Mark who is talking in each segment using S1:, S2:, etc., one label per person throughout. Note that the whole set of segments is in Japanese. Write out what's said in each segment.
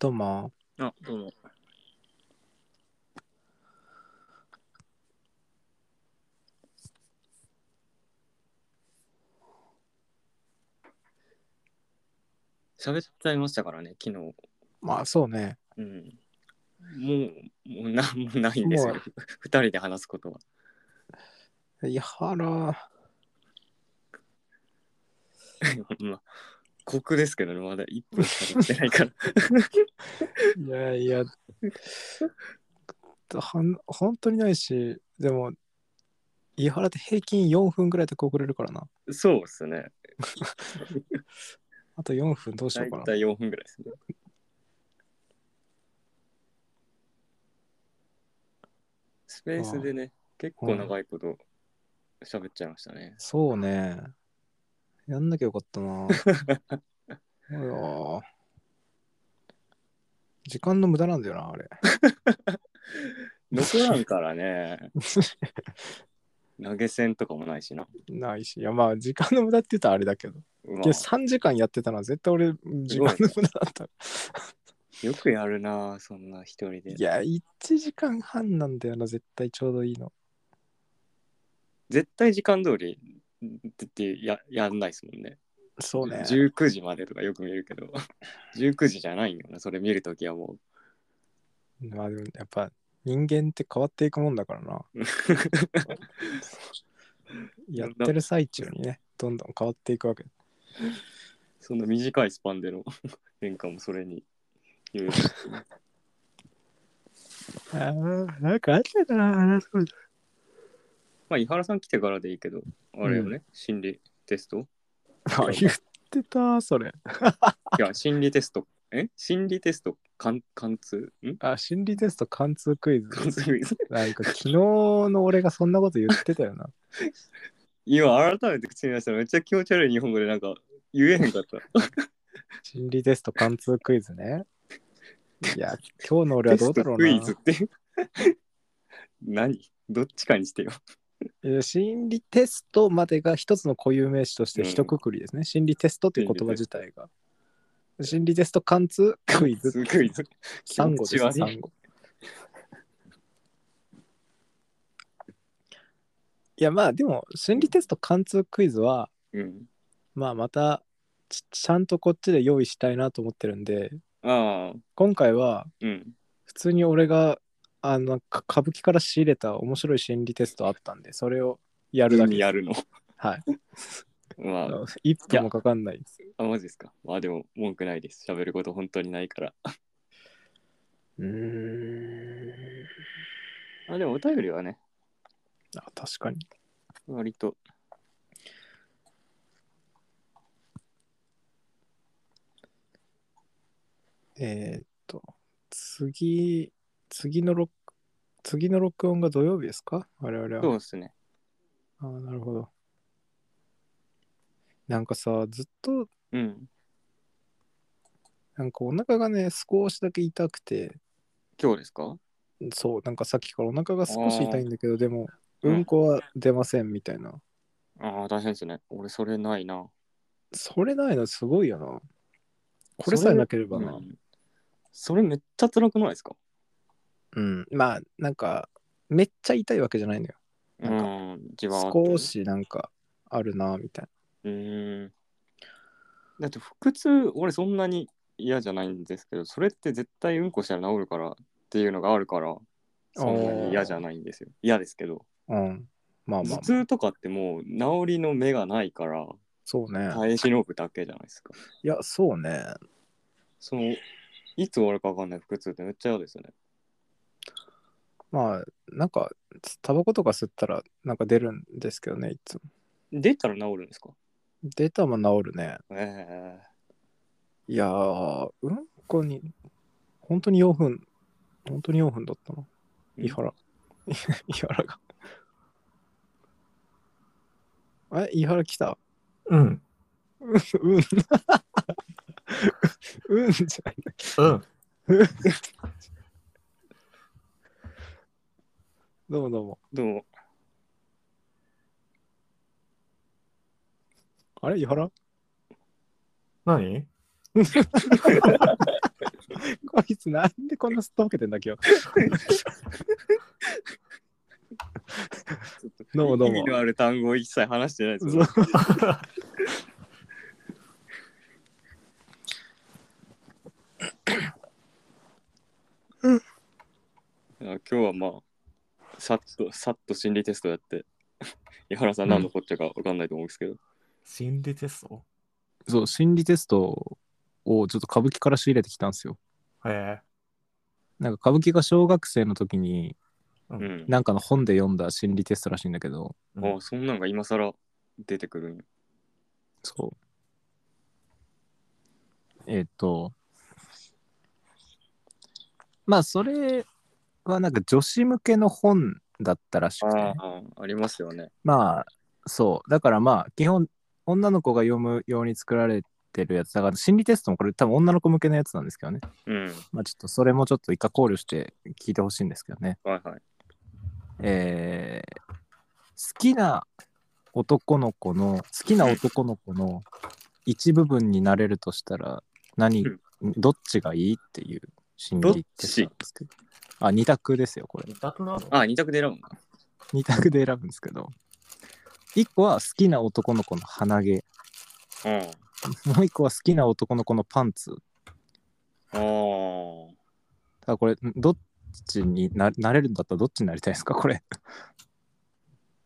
S1: どうも。
S2: あ、どうも。喋っちゃいましたからね、昨日。
S1: まあ、そうね。
S2: うん。もう、もうなん もないんですよ
S1: もう。
S2: 二人で話すことは。
S1: いやはら、
S2: まあ、酷ですけどね、まだ一分しか経ってないから。
S1: いやいや、 はん本当にないし、でも、伊原って平均4分ぐらいで遅れるからな。
S2: そうですね。
S1: あと4分どうしよ
S2: 大
S1: うかな。
S2: 体4分ぐらいですね。スペースでね、結構長いこと喋っちゃいました ね。
S1: そうね。やんなきゃよかった な。いやー時間の無駄なんだよな、あれ。
S2: 残らんか らね、投げ銭とかもないしな。
S1: ないし。いや、まあ、時間の無駄って言ったらあれだけど。
S2: うわ
S1: いや、3時間やってたのは絶対俺、時間の無駄だった。
S2: よくやるな、そんな一人で
S1: い。や、1時間半なんだよな、絶対ちょうどいいの。
S2: 絶対時間通りってってややんないですもんね。
S1: そうね。
S2: 19時までとかよく見るけど、19時じゃないよな、それ見るときはも
S1: まあでもやっぱ人間って変わっていくもんだから な。
S2: う。
S1: やってる最中にね、どんどん変わっていくわけ。
S2: その短いスパンでの 変化もそれに。いろいろ
S1: ああ、なんかあったかな、
S2: まあ、伊原さん来てからでいいけど、あれよね、心理テストい
S1: あ、言ってた、それ。
S2: や、心理テスト、え心理テスト、貫貫通ん
S1: あ、心理テスト貫通クイズ。
S2: 貫通
S1: なんか昨日の俺がそんなこと言ってたよな。
S2: 今、改めて口に出したらめっちゃ気持ち悪い日本語でなんか言えへんかった。
S1: 心理テスト貫通クイズね。いや、今日の俺はどうだろう
S2: テ
S1: な。
S2: ストクイズって 何どっちかにしてよ。
S1: えー心理テストまでが一つの固有名詞として一括りですね。心理テストという言葉自体が。心理テスト貫通クイズ。
S2: クイズ。
S1: 三語です、
S2: 気持ち悪い
S1: 三語。いやまあでも心理テスト貫通クイズは
S2: うん。
S1: まあまたちちゃんとこっちで用意したいなと思ってるんで
S2: ああ、
S1: 今回は
S2: うん。
S1: 普通に俺があのか歌舞伎から仕入れた面白い心理テストあったんでそれをや
S2: や
S1: るだけ
S2: やるの。
S1: はい
S2: まあ、
S1: 1分もかかんないです。
S2: あ、マジですか。まあでも、文句ないです。喋ること本当にないから。
S1: うーん。
S2: あ、でも、お便りはね、
S1: あ、確かに。
S2: 割と。
S1: えーっと、次、次の録、次の録音が土曜日ですか我々
S2: そう
S1: は。
S2: ですね。
S1: あーなるほど。なんかさ、ずっと、
S2: うん。
S1: なんかお腹がね、少しだけ痛くて、
S2: 今日ですか
S1: そう、なんかさっきからお腹が少し痛いんだけど、でも、
S2: う
S1: うんんこは出ませんみたいな。
S2: ああ、大変ですね。俺、それないな。
S1: それないのすごいよな。これさえなければな。
S2: うんそれめっちゃ辛くないですか
S1: うん。まあ、なんか、めっちゃ痛いわけじゃないのよ。
S2: う
S1: なんか
S2: ん、じわーっと
S1: 少。しなんかあるなみたい
S2: うん。だって、腹痛、俺、そんなに嫌じゃないんですけど、それって絶対うんこしたら治るからっていうのがあるから、そんなに嫌じゃないんですよ。嫌ですけど。
S1: な。うん。まあまあ、
S2: 頭痛とかってもう治りの目がないから
S1: そうね。
S2: 耐え忍ぶだけじゃないですか。
S1: いや、そうね。
S2: そのいつ終わるかわかんない腹痛ってめっちゃ嫌ですよね。
S1: まあ、なんか、タバコとか吸ったら、なんか出るんですけどね、いつも。
S2: 出たら治るんですか
S1: 出たも治るね。
S2: ええ
S1: いやー、うんこに、本当に4分、本当に4分だったな。
S2: うん
S1: 伊原。 伊原が。え、伊原来た
S3: うん。
S1: うん。 うんじゃない。
S3: うん。
S1: どうもどうも。
S2: どうも
S1: あれ伊原
S3: 何
S1: こいつなんでこんなすっとぼけてんだ今日。
S2: ちょっと
S1: どうもどうも
S2: 意味のある単語を一切話してないです
S1: そ
S2: よ
S1: う。
S2: いや今日はまあ、さっと、さっと心理テストやって、 井原さん何のこっちゃか分かんないと思うんですけど、
S3: 心理テスト
S1: そう、心理テストをちょっと歌舞伎から仕入れてきたんですよ。
S3: へ
S1: なんか歌舞伎が小学生の時に、
S3: う
S2: うんん。
S1: なんかの本で読んだ心理テストらしいんだけど、
S3: え
S2: ああ、そんなんが今更出てくるんや
S1: そう。えっ、と、まあ、それはなんか女子向けの本だったらしくて、
S2: ああ、ありますよね。
S1: まあ、そう。だからまあ、基本、女の子が読むように作られてるやつだから、心理テストもこれ多分女の子向けのやつなんですけどね。
S2: うん。
S1: まあ、ちょっとそれもちょっと一回考慮して聞いてほしいんですけどね。
S2: はいはい。
S1: えー好きな男の子の好きな男の子の一部分になれるとしたら何、
S2: うん
S1: どっちがいいっていう心理テストなんですけどあ二択ですよこれ
S3: 二択なの
S2: ああ、二択で選ぶんだ。
S1: 二択で選ぶんですけど一個は好きな男の子の鼻毛
S2: うん。
S1: もう一個は好きな男の子のパンツだ
S2: ああ。
S1: からこれんどっちにななれるんだったらどっちになりたいですかこ れ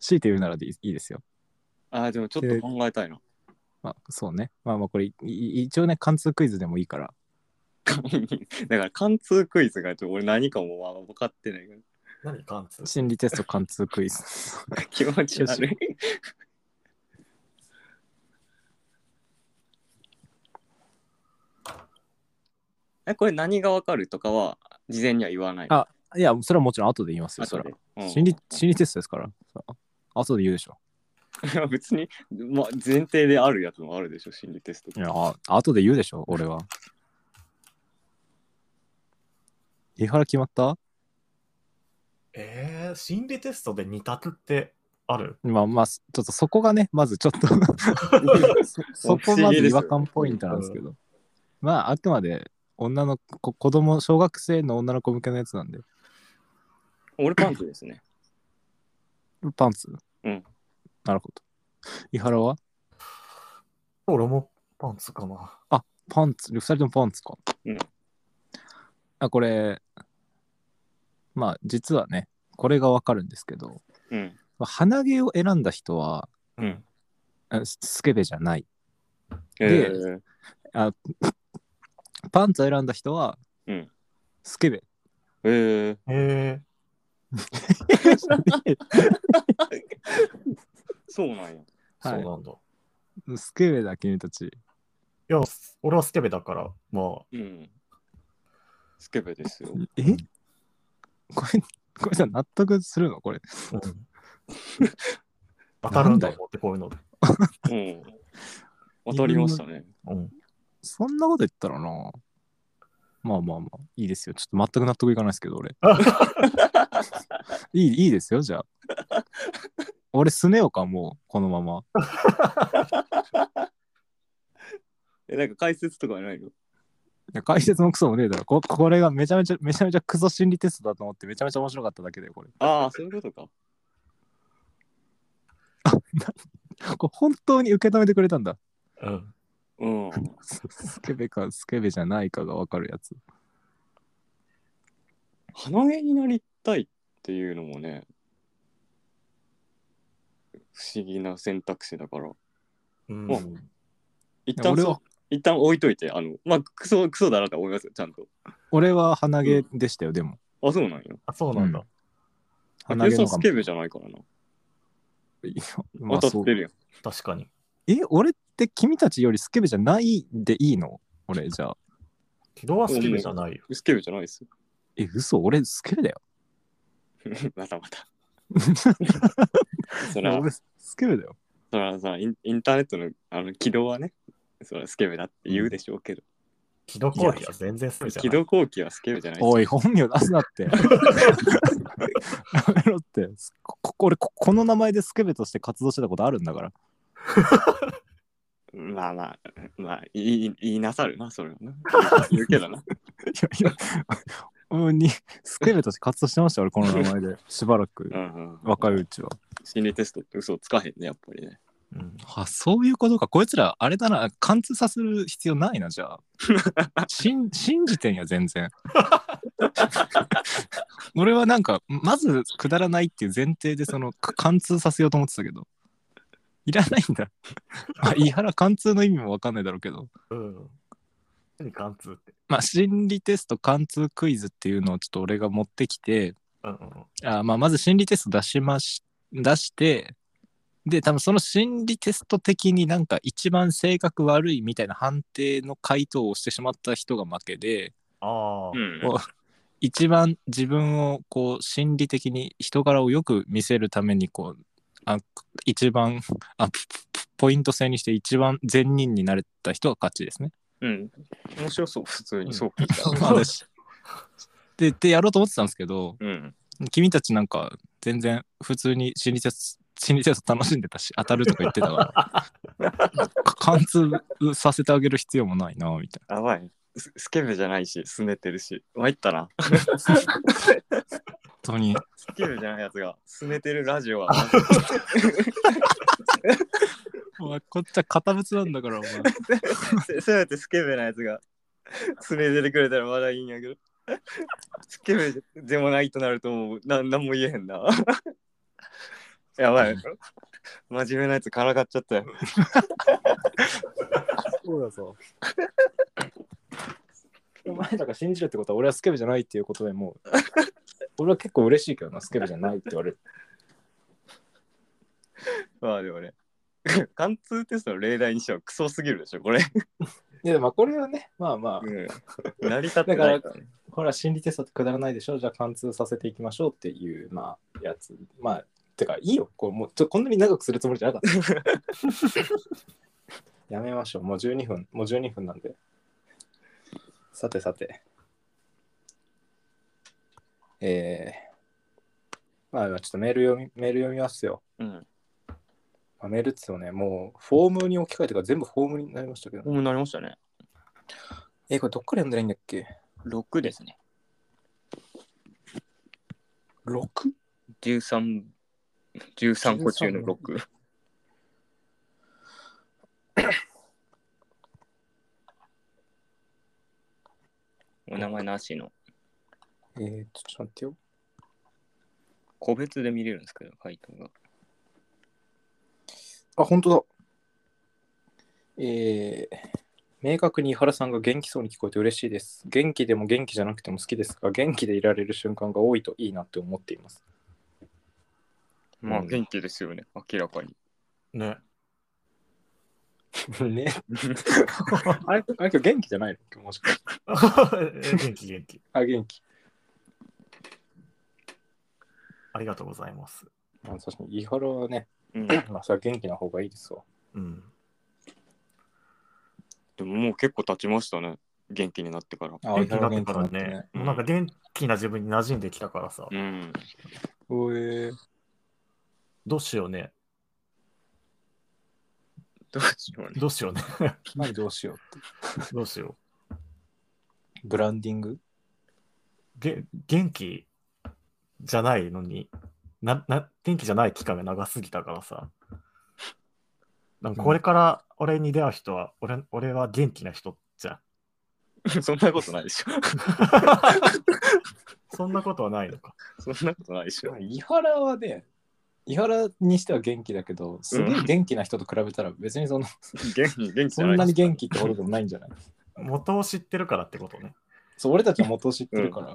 S1: 強いて言うならでいいいいですよ
S2: ああ、でもちょっと考えたいな。
S1: まあそうね。まあまあこれいい一応ね貫通クイズでもいいから。
S2: だから貫通クイズがちょっと俺何かも分かってないから
S3: 何貫通
S1: 心理テスト貫通クイズ。
S2: 気持ち悪い。 えこれ何が分かるとかは事前には言わない。
S1: あいやそれはもちろん後で言いますよ。そ
S2: 後
S1: れ
S2: で
S1: は、
S2: うん
S1: 心理心理テストですから。後で言うでしょ。
S2: いや別に、まあ、前提であるやつもあるでしょ、心理テスト。
S1: いやあ後で言うでしょ俺は。井原決まった
S3: えー、心理テストで二択ってある
S1: まあまあちょっとそこがねまずちょっ とそそこまず違和感ポイントなんですけど。まああくまで女の子子供小学生の女の子向けのやつなんで。
S2: 俺パンツですね。
S1: パンツ。
S2: うん。
S1: なるほど。井原は
S3: 俺もパンツかな。
S1: パンツ、2人ともパンツか。
S2: うん
S1: あ、これ、まあ、実はね、これがわかるんですけど、
S2: うん。
S1: まあ鼻毛を選んだ人は、
S2: うん
S1: あススケベじゃない。
S2: えー、
S1: パンツを選んだ人は、
S2: うん
S1: ス ケベ。
S2: えー、
S3: え
S2: そうなんや。
S3: ー、
S1: はい
S3: そうなんだ。い
S1: スケベだ、君たち。
S3: や、俺はスケベだから、ま
S2: うん。スケベですよ。
S1: えこれ、これさ、納得するのこれ。
S3: あ、 うん、当たるんだよってこういうの。
S2: うん。当たりましたね。
S3: うん、
S1: そんなこと言ったらな。まあまあまあ、いいですよ。ちょっと全く納得いかないですけど、俺。いい、いいですよ、じゃあ。俺、すねようか、もう、このまま。
S2: え、なんか解説とかないの
S1: いや解説もクソもねえだろ。ここれがめちゃめちゃ、めちゃめちゃクソ心理テストだと思って、めちゃめちゃ面白かっただけで、これ。
S2: ああ、そういうことか。
S1: これ本当に受け止めてくれたんだ。
S3: うん。
S2: うん。
S1: ススケベか、スケベじゃないかがわかるやつ。
S2: 鼻毛になりたいっていうのもね、不思議な選択肢だから。
S3: うん。
S2: お一旦
S1: 俺
S2: そ
S1: は
S2: う、一旦置いといて、あの、まあ、クソ、クソだなと思いますよ、ちゃんと。
S1: 俺は鼻毛でしたよ、でも。
S2: あ、そうなんよ。
S3: あ、そうなんだ。
S1: 鼻
S2: 竹
S1: 毛
S2: 内
S1: の方
S2: さん
S1: が
S2: スケベじゃないからな。
S1: いやまあ
S2: 当た
S1: そ
S2: っ
S1: う
S2: てるよ。
S3: 確かに。
S1: え、俺って君たちよりスケベじゃないでいいの俺、じゃあ。
S3: 軌道はスケベじゃないよ。
S2: スケベじゃないです よ。
S1: え、嘘、俺スケベだよ。
S2: また また。そら、
S1: 俺スケベだよ。
S2: そらさ、インインターネットのあの軌道はね、そらスケベだって言うでしょうけど、
S3: 軌道攻撃は全然スケベじゃ
S2: 軌
S3: ない。
S2: 道後期はスケベじゃないです
S1: おい、本名出すなって。やめろって。ここ俺こ、この名前でスケベとして活動してたことあるんだから。
S2: まあまあ、まあ、言い言いなさるな、それはな。言うけどな。
S1: やいやうんにスクールとして活動してました俺この名前でしばらく
S2: うんうん
S1: 若いうちは、
S2: 心理テストって嘘つかへんね、やっぱりね。
S3: うん
S1: あそういうことかこいつらあれだな貫通させる必要ないなじゃあ信信じてんや全然俺はなんかまずくだらないっていう前提でそのか貫通させようと思ってたけどいらないんだまあ井原貫通の意味もわかんないだろうけど
S3: うん。何貫通って。
S1: まあ心理テスト貫通クイズっていうのをちょっと俺が持ってきて
S3: うんうん
S1: あーまあまず心理テスト出しまし出してで多分その心理テスト的になんか一番性格悪いみたいな判定の回答をしてしまった人が負けで
S3: ああ、
S2: うん
S1: お一番自分をこう心理的に人柄をよく見せるためにこうあ一番あポポイント制にして一番善人になれた人が勝ちですね。
S2: うん。面白そう、普通
S1: うん
S2: に。そう聞いた。
S1: まあ私ででやろうと思ってたんですけど、
S2: うん。
S1: 君たちなんか全然普通に心理テスト心理テスト楽しんでたし当たるとか言ってた からか貫通させてあげる必要もないなみたい
S2: やばい。ススケベじゃないし、すねてるし。参った
S1: な
S2: な。
S1: 本当に
S2: スケベじゃないやつが、すねてるラジオは。
S1: お前こっちは堅物なんだからお前
S2: せせめてスケベなやつが、すねててくれたらまだいいんやけど。スケベでもないとなると、もう、なんなんも言えへんな。やばい。真面目なやつからかっちゃったよ。
S1: そうだぞお前らが信じるってことは俺はスケベじゃないっていうことでもう俺は結構嬉しいけどなスケベじゃないって言われる
S2: まあでもね。貫通テストの例題にしてはクソすぎるでしょ、これ。
S1: いやまあこれはねまあまあ
S2: うん、成り立ってないからね。
S1: ほら心理テストってくだらないでしょじゃあ貫通させていきましょうっていうまあやつまあてかいいよこうもうちょこんなに長くするつもりじゃなかった やめましょうもう12分もう12分なんでさてさてえー、まあちょっとメール読みメール読みますよ、
S2: うん。
S1: まあ、メールっつってもねもうフォームに置き換えてから全部フォームになりましたけど、
S2: こうなりましたね。
S1: えこれどっから読んでないいんだっけ
S2: 6ですね。
S1: 6?
S2: 13、13個中の6。お名前なしの。
S1: えー、ちょっと待ってよ
S2: 個別で見れるんですけど、回答が。
S1: あ、本当だ。えー、明確に井原さんが元気そうに聞こえて嬉しいです。元気でも元気じゃなくても好きですが、元気でいられる瞬間が多いといいなって思っています。
S2: ま
S1: う
S2: あ、
S1: ん
S2: 元気ですよね、明らかに。
S3: ね。
S1: ね。 あれ、あれ今日元気じゃないの今日もしかして
S3: え元気元気。
S1: あ、元気。
S3: ありがとうございます。
S1: まあ、確かに、井原はね、
S2: うん、
S1: まあ、それは元気な方がいいですわ。
S3: うん。
S2: でももう結構経ちましたね、元気になってから。
S1: あ、
S3: 元
S1: 井
S3: 気に
S1: 原
S3: な
S1: は
S3: ってか
S1: 元気にな
S3: ら
S1: っ
S3: ね
S1: て。
S2: うん
S3: なんか元気な自分に馴染んできたからさ
S2: う。ん。
S1: おえー
S3: どうしようね。
S2: どうしようね。
S3: どうしようね。
S1: 何どうしようって。
S3: どうしよ
S1: ブランディング
S3: う。げ元気じゃないのになな、元気じゃない期間が長すぎたからさ。なんかこれから俺に出会う人は、俺俺は元気な人じゃん。
S2: そんなことないでしょ。
S3: そんなことはないのか。
S2: そんなことないでしょ。
S1: 井原はね、井原にしては元気だけど、すげえ元気な人と比べたら別にその、
S2: 元気、元気じ
S1: そ
S2: ゃない
S1: んなに元気ってほどでもないんじゃない
S3: 元を知ってるからってことね。
S1: そう俺たちは元を知ってるから。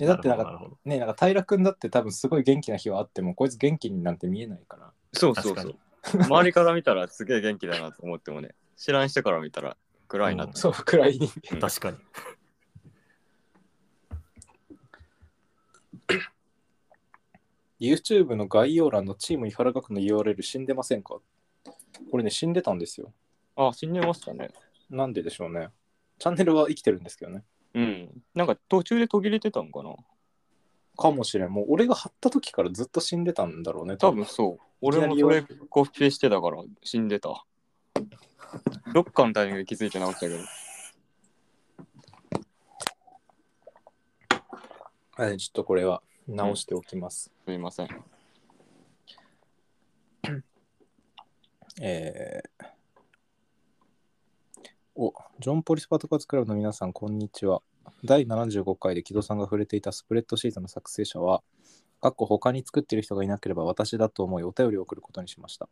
S1: えだってなん
S3: な
S1: か
S3: るほど。
S1: ねなんか平君だって多分すごい元気な日はあってもこいつ元気になんて見えないから。
S2: そう
S3: なる
S2: そ
S3: ほど
S2: うそう。
S3: 確
S2: 周りから見たらすげえ元気だなと思ってもね、知らん人から見たら暗いなって。
S1: そうくらいに。
S3: かに。確かに。
S1: YouTube の概要欄のチーム伊原学の URL 死んでませんかこれね死んでたんですよ。
S2: あ、死んでましたね。
S1: なんででしょうね。チャンネルは生きてるんですけどね。
S2: うん。なんか途中で途切れてたんかな。
S1: かもしれん。もう俺が貼った時からずっと死んでたんだろうね。
S2: 多分そう。俺もそれコピーしてたから死んでた。どっかのタイミングで気づいてなかったけど。
S1: はい、ちょっとこれは直しておきます。
S2: すいません。
S1: えーおジョン・ポリスパートカーツクラブの皆さん、こんにちは。第75回で木戸さんが触れていたスプレッドシートの作成者は、かっこ他に作っている人がいなければ私だと思いお便りを送ることにしました。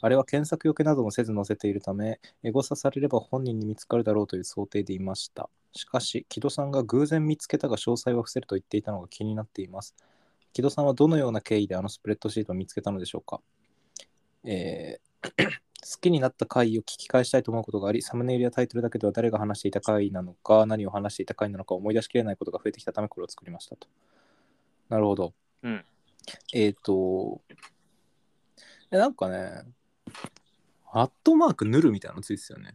S1: あれは検索避けなどもせず載せているため、エゴサされれば本人に見つかるだろうという想定でいました。しかし、木戸さんが偶然見つけたが詳細は伏せると言っていたのが気になっています。木戸さんはどのような経緯であのスプレッドシートを見つけたのでしょうか、えー好きになった回を聞き返したいと思うことがあり、サムネイルやタイトルだけでは誰が話していた回なのか、何を話していた回なのか思い出しきれないことが増えてきたため、これを作りましたと。なるほど。
S2: うん
S1: えっ、と、えなんかね、アットマーク塗るみたいなのついてたよね。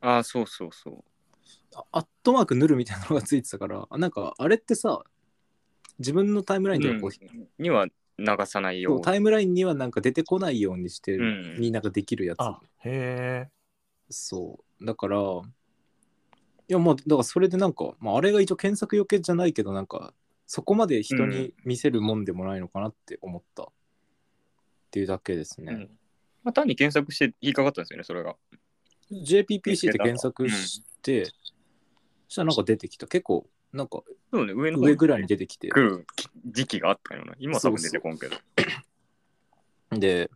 S2: ああ、そうそうそう。
S1: あアットマーク塗るみたいなのがついてたから、あなんかあれってさ、自分のタイムラインではこう、
S2: には流さない
S1: そ
S2: よ
S1: うタイムラインにはなんか出てこないようにして
S2: う
S1: る、
S2: ん
S1: になんかできるやつ。
S3: あ、へえ。
S1: そう。だから、いや、まあ、だからそれでなんか、まあ、あれが一応検索余計じゃないけど、なんか、そこまで人に見せるもんでもないのかなって思った。っていうだけです
S2: う
S1: ね。
S2: んまあ、単に検索して引っかかったんですよね、それが。
S1: JPPC って検索して、そしたらなんか出てきた。結構、なんか
S2: そうね、上の方
S1: 上ぐらいに出てきて。
S2: 来る時期があったよな。今は多分出てこんけど。
S1: で、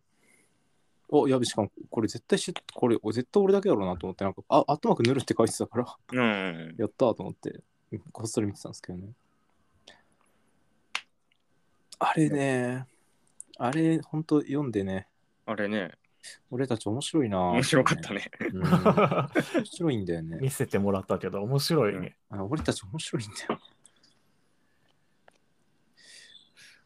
S1: お、やべ、しかもこれ絶対し、これ絶対俺だけだろうなと思って、なんか、あ、アットマーク塗るって書いてたから、
S2: うん。
S1: やったーと思って、こっそり見てたんですけどね。あれね、あれ、ほんと読んでね、
S2: あれね、
S1: 俺たち面白いなー
S2: 面白かったね。
S1: うん面白いんだよね。
S3: 見せてもらったけど、面白いね。
S1: あ俺たち面白いんだ よ。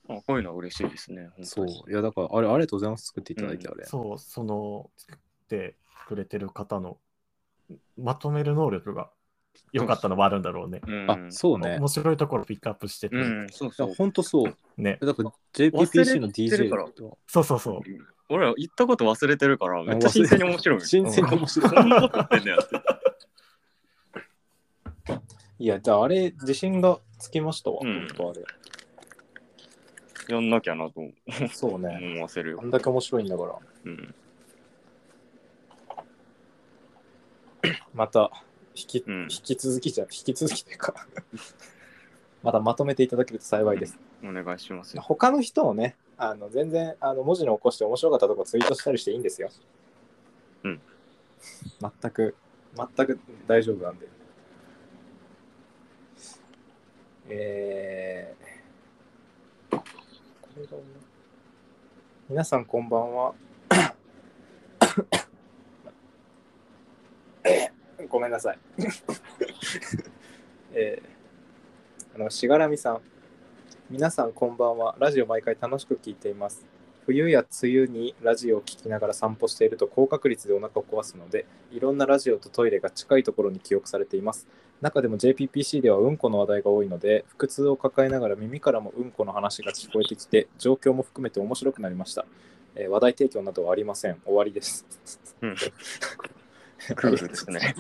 S2: あこういうのは嬉しいですね。本当に
S1: そう。いや、だから、あれ、ありがとうございます。作っていただいて、
S2: う
S1: あれ。
S3: そう、その、作ってくれてる方のまとめる能力が良かったのもあるんだろうね。
S2: うん、
S1: あ、そうね
S3: 面。白いところピックアップしてて、
S2: うん、そう
S1: い
S2: そ
S1: や
S2: う。
S1: ほんとそう。
S3: ね。
S1: だから、
S2: 忘れて
S1: JPPC
S2: る
S1: の DJ
S2: から
S1: と
S3: そうそうそう。
S2: 俺ら言ったこと忘れてるから、めっちゃ新鮮に面白い。
S1: 新鮮に面白い。
S2: こんなことや ってんだよって。
S1: いや、じゃあ、あれ、自信がつきましたわ。
S2: うん
S1: ほんと
S2: やんなきゃなと思
S1: あれ。そうね。
S2: 思わせる
S1: あ
S2: よ。
S1: んだけ面白いんだから。
S2: うん。
S1: また引き,、
S2: うん
S1: 引き続きじゃ引き続きというか またまとめていただけると幸いです、
S2: お願いしますよ。
S1: 他の人をねあの全然あの文字に起こして面白かったとこツイートしたりしていいんですよ
S2: うん
S1: 全く全く大丈夫なんでえーこれが面皆さんこんばんはごめんなさいえーあのしがらみさん皆さんこんばんはラジオ毎回楽しく聞いています冬や梅雨にラジオを聞きながら散歩していると高確率でお腹を壊すのでいろんなラジオとトイレが近いところに記憶されています中でも JPPC ではうんこの話題が多いので腹痛を抱えながら耳からもうんこの話が聞こえてきて状況も含めて面白くなりました、えー話題提供などはありません終わりです
S2: うんクールですね。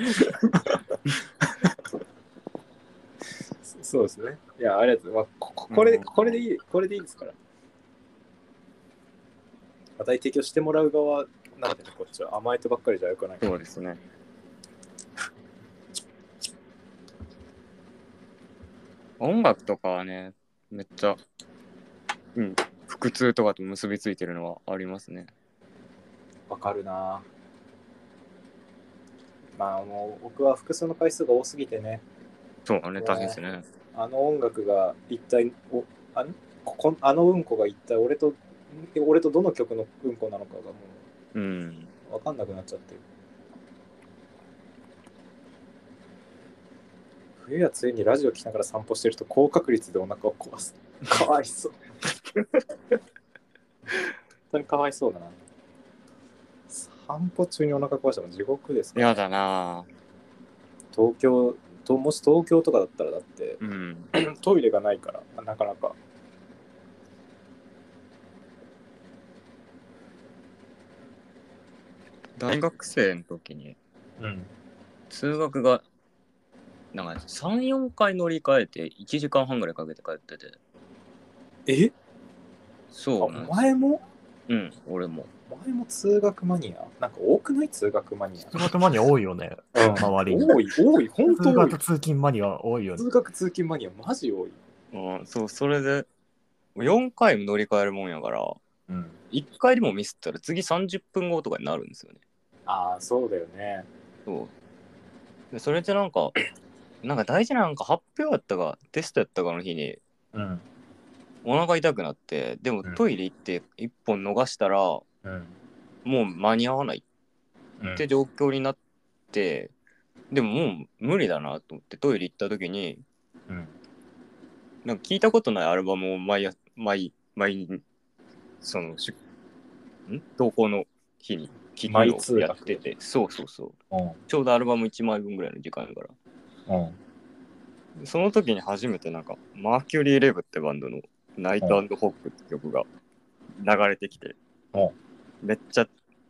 S1: そそうですね。いや、ありがとうございます。まあこここれで、
S2: うん
S1: これでいい、これでいいですから。話題提供してもらう側なんでね、こっちは甘えてばっかりじゃよくないから。
S2: そうですね。音楽とかはね、めっちゃ、うん、腹痛とかと結びついてるのはありますね。
S1: わかるなぁまあ、もう僕は複数の回数が多すぎてね、
S2: そう、あれ大変ですね。
S1: あの音楽が一体おあんここあのうんこが一体俺とん俺とどの曲のうんこなのかがも
S2: うん。
S1: うわかんなくなっちゃってる冬や梅雨にラジオ聴きながら散歩してると高確率でお腹を壊すかわいそう本当にかわいそうだな散歩中にお腹壊したら地獄ですから
S2: やだなぁ。
S1: 東京ともし東京とかだったらだって
S2: うん。
S1: トイレがないから、なかなか。
S2: 大学生の時に、
S1: うん。
S2: 通学が
S4: なんか3、4回乗り換えて1時間半ぐらいかけて帰ってて。
S1: え
S4: そうな
S1: お
S4: んです。
S1: 前も
S4: うん、俺も。
S1: お前も通学マニアなんか多くない通学マニ
S3: 通学マニア多い よね、
S1: ア。
S3: 周りに。
S1: 多い、多い、本当
S3: 通
S1: 多い
S3: 学。通勤マニア多いよ ね
S1: 通。学通勤マニアマジ多い。
S2: うん、そう、それで、4回も乗り換えるもんやから、
S1: うん。
S2: 1回でもミスったら次30分後とかになるんですよね。
S1: ああ、そうだよね。
S2: そう。でそれでなん か、なんか大事ななんか発表やったか、テストやったかの日に、
S1: うん。
S2: お腹痛くなって、でも
S1: うん
S2: トイレ行って1本逃したら、も
S1: うん。
S2: う間に合わない
S1: うん
S2: って状況になって、でももう無理だなと思ってトイレ行った時に、
S1: うん
S2: なんか聞いたことないアルバムを毎朝、毎、毎、その、しん投稿の日に聞
S1: 毎
S2: く
S1: 通
S2: のを
S1: 学
S2: やってて、そうそうそう。ちょうどアルバム1枚分ぐらいの時間だから。
S1: うん。
S2: その時に初めてなんか、マーキュリー・レブってバンドのナイトホップって曲が流れてきて
S1: うん、
S2: めっちゃ、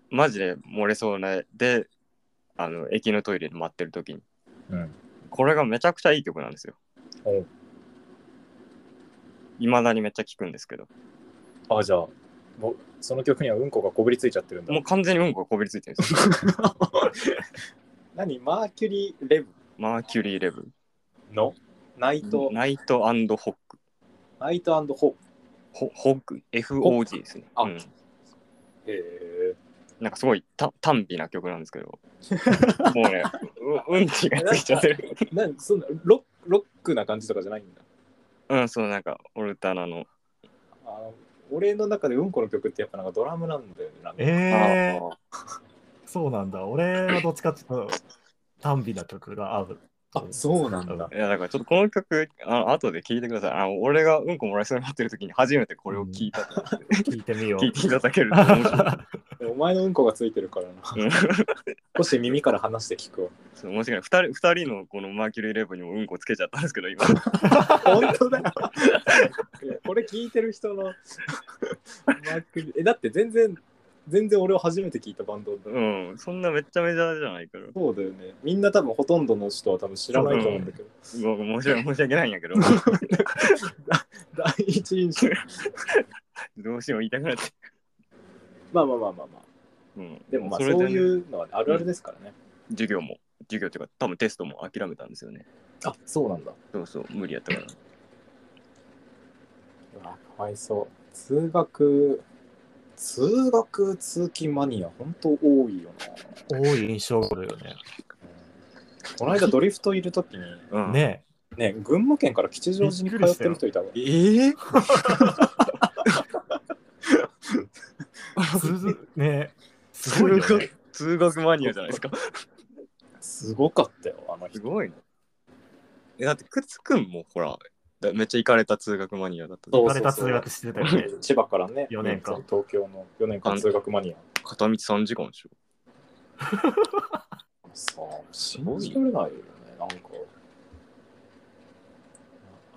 S2: マジで漏れそうな、で、あの、駅のトイレで待ってる時に、
S1: うん。
S2: これがめちゃくちゃいい曲なんですよ
S1: お。
S2: いまだにめっちゃ聴くんですけど、
S1: ああ、じゃあ、ぼその曲にはうんこがこびりついちゃってるんだ
S2: もう。完全にうんこがこびりついてるんですよ。
S1: 何マーキュリー・レブ
S2: マーキュリー・レブ、
S1: のナイト、
S2: ナイトホック、
S1: ナイトホップ。
S2: ホホック、FOG ですね。
S1: あ
S2: うん
S1: へえ。
S2: なんかすごいた短美な曲なんですけど、もうね、ううんちがついち ゃってる。
S1: なんそんなロロックな感じとかじゃないんだ
S2: うん、そう、なんか、オルタナの。
S1: あの俺の中でうんこの曲ってやっぱなんかドラムなんだよねなんか
S3: えー、
S2: あ
S3: そうなんだ。俺はどっちかっていうと、短美な曲が合う。
S1: あそうなんだ
S3: う
S2: ーいや、だからちょっとこの曲、あの後で聴いてください。あの俺がうんこもらいそうになってる時に初めてこれを聴いたと思って、
S3: 聞いてみよう
S2: 聴い。ていただけると面白い。
S1: お前のうんこがついてるからな
S2: うん
S1: 少し耳から離して聞くわ
S2: そう申し訳ない二人。二人のこのマーキュリーレブにもうんこつけちゃったんですけど、今。
S1: 本当だよい やこれ聞いてる人の マークリえだって全然全然俺を初めて聞いたバンドだ
S2: うん、そんなめっちゃメジャーじゃないから。う
S1: そうだよねみんな多分ほとんどの人は多分知らないと思うんだけど、
S2: ん申し訳申し訳ないんやけど、
S1: 第一印象
S2: どうしても言いたくなって。
S1: まあまあまあまあまあ
S2: うん、
S1: でもまあ
S2: そ
S1: そ
S2: れでね
S1: ういうのはねあるあるですからね、
S2: 授業も、授業っていうか、多分テストも諦めたんですよね。
S1: あそうなんだ
S2: そうそう、無理やったから。
S1: うわかわいそう通学通学通勤マニア本当多いよな、
S3: 多い印象があるよね。
S1: この間ドリフトいる時に
S2: うん、
S3: ね
S1: ね群馬県から吉祥寺に通ってる人いたわ
S2: ええ
S3: え、通ねえ、す
S2: 通
S3: ごいよね、
S2: 学通学マニアじゃないですか。
S1: すごかったよあの
S2: す
S1: 人
S2: ごいな。え、だって、くつくんもほら、だめっちゃ行かれた通学マニアだったじゃん
S1: そう
S3: バレた通学してたよね。
S1: 千葉からね
S3: 四年間
S1: 東京の4年間通学マニア
S2: 片道3時間でしょ。
S1: さあ信じられないよねなんか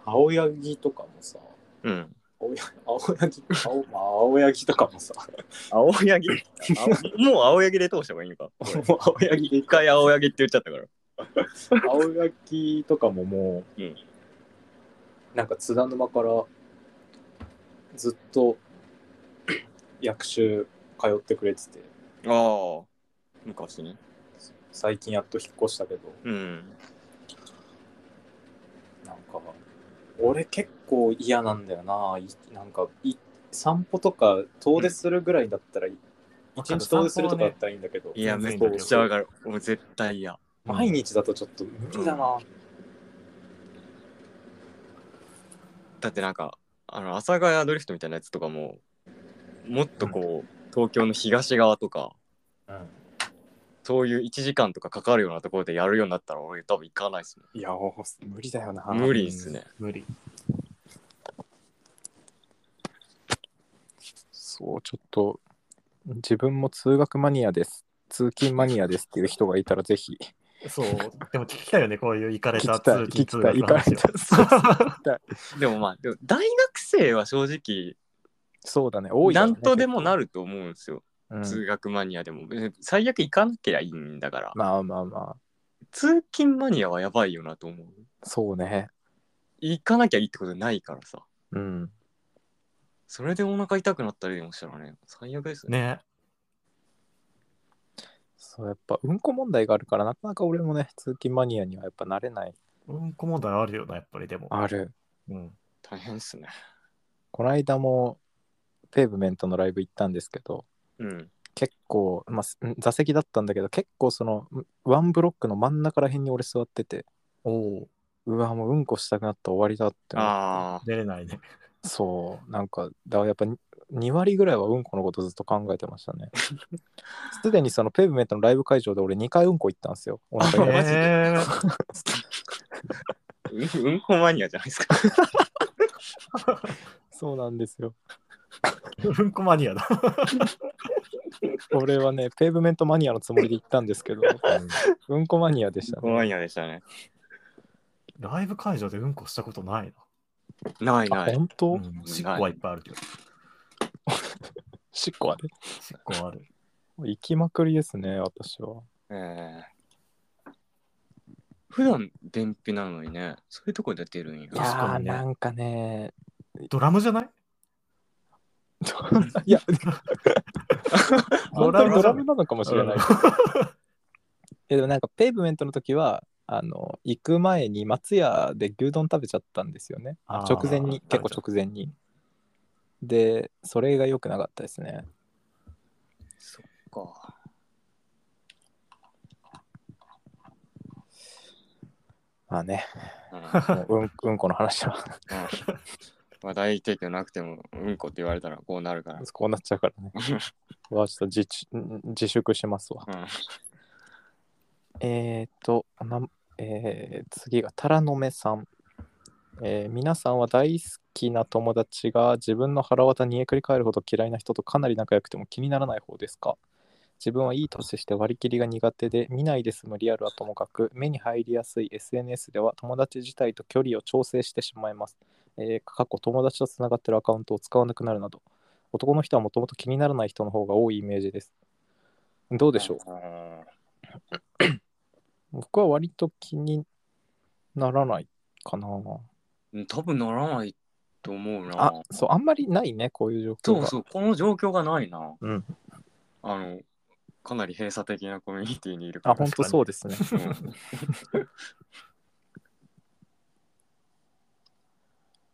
S1: 青柳とかもさ
S2: うん。
S1: 青柳青,、まあ、青柳とかもさ
S2: 青柳青 もう青柳で通した方がいいのか。これ
S1: もう青柳で
S2: 一回青柳って言っちゃったから。
S1: 青焼とかももう、
S2: うん
S1: なんか津田沼からずっと 役習通ってくれてて
S2: ああ。昔ね。
S1: 最近やっと引っ越したけど
S2: うん。
S1: なんか俺結構嫌なんだよないなんかい散歩とか遠出するぐらいだったら、一日遠出するとかだったらいいんだけど、
S2: いや、
S3: 全
S2: め
S3: 然
S2: っちゃわかる。もう絶対嫌。
S1: 毎日だとちょっと無理だな、
S2: だってなんか、あの、阿佐ヶ谷ドリフトみたいなやつとかも、もっとこう、東京の東側とか、そういう1時間とかかかるようなところでやるようになったら、俺多分行かないっすね。
S1: いやお無理だよな
S2: 無理っすね。
S3: 無理。
S1: そう、ちょっと、自分も通学マニアです。通勤マニアですっていう人がいたら、ぜひ、
S3: そう、でも聞きたいよね、こういう行かれ
S1: 聞き
S3: た
S1: たい、
S3: 通
S1: 聞き
S3: 勤通
S1: たい、
S3: 学
S1: 行
S3: の
S1: かれ
S3: 話を。
S1: た。
S2: でもまあ、でも大学生は正直、
S1: そうだね、多いよ
S2: な
S1: ね
S2: んとでもなると思うんですよ。
S1: うん
S2: 通学マニアでも。え最悪行かなきゃいいんだから。
S1: まあまあまあ。
S2: 通勤マニアはやばいよなと思う。
S1: そうね。
S2: 行かなきゃいいってことないからさ。
S1: うん。
S2: それでお腹痛くなったりでもしたらね、最悪ですね。
S3: ね。
S1: そう、やっぱ、うんこ問題があるから、なかなか俺もね、通勤マニアにはやっぱなれない。
S3: うんこ問題あるよな、やっぱりでも。
S1: ある。
S3: うん。
S2: 大変ですね。
S1: この間も、ペーブメントのライブ行ったんですけど、
S2: うん。
S1: 結構、まあす、ん座席だったんだけど、結構その、んワンブロックの真ん中ら辺に俺座ってて、
S3: おお。
S1: うわ、もううんこしたくなった終わりだって思って
S2: ああ。
S3: 出れないね。
S1: そう、なんか、だからやっぱに2割ぐらいはうんこのことずっと考えてました ね。すでにそのペーブメントのライブ会場で俺2回うんこ行ったんですよ。お腹痛
S2: あ
S1: い
S2: マジで
S3: えー
S2: うんうんこマニアじゃないです か。
S1: そうなんですよ。
S3: うんこマニアだ。
S1: 俺はね、ペーブメントマニアのつもりで行ったんですけど、うんこマニアでし
S2: う
S1: た
S2: んこ
S1: ね。
S2: マニアでしたね。
S3: ライブ会場でうんこしたことない
S2: ない
S1: あ、
S2: ない。
S1: 本当、
S3: な。うん。しっこはいっぱいあるけど。
S1: しっこあれ
S3: しっこはある。
S1: 行きまくりですね、私は。
S2: ええ普段便秘なのにね、そういうとこで出るんや
S1: い。
S3: や確
S1: や
S3: か
S1: ー、
S3: にね
S1: なんかね、
S3: ドラムじゃない
S1: いや、本
S3: ドラ
S1: 当
S3: ム
S1: にドラムなのかもしれない。
S3: うん
S1: えでもなんかペーブメントの時はあの行く前に松屋で牛丼食べちゃったんですよね
S3: あー
S1: 直前に
S3: 食べちゃ
S1: 結
S3: う
S1: 構直前にでそれが良くなかったですね
S2: そっか。
S1: まあ ね
S2: うん
S1: もううんうんこの話は
S2: うんまあ大提供なくてもうんこって言われたらこうなるから。
S1: こうなっちゃう からねわあちょっと自ち自粛しますわ
S2: うん
S1: えー、となん、えー次がタラの目さん、えー皆さんは大好きな友達が自分の腹渡煮えくり返るほど嫌いな人とかなり仲良くても気にならない方ですか自分はいい年して割り切りが苦手で見ないで済むリアルはともかく目に入りやすい SNS では友達自体と距離を調整してしまいます、えー過去友達とつながってるアカウントを使わなくなるなど男の人はもともと気にならない人の方が多いイメージですどうでしょう
S2: うん
S1: 僕は割と気にならないかな。
S2: うん多分ならないと思うな。
S1: あ、そう、あんまりないね、こういう状況
S2: そう
S1: が。
S2: そう、この状況がないな。
S1: うん
S2: あの、かなり閉鎖的なコミュニティにいるから。
S1: あ、本当そう ですね。
S2: うん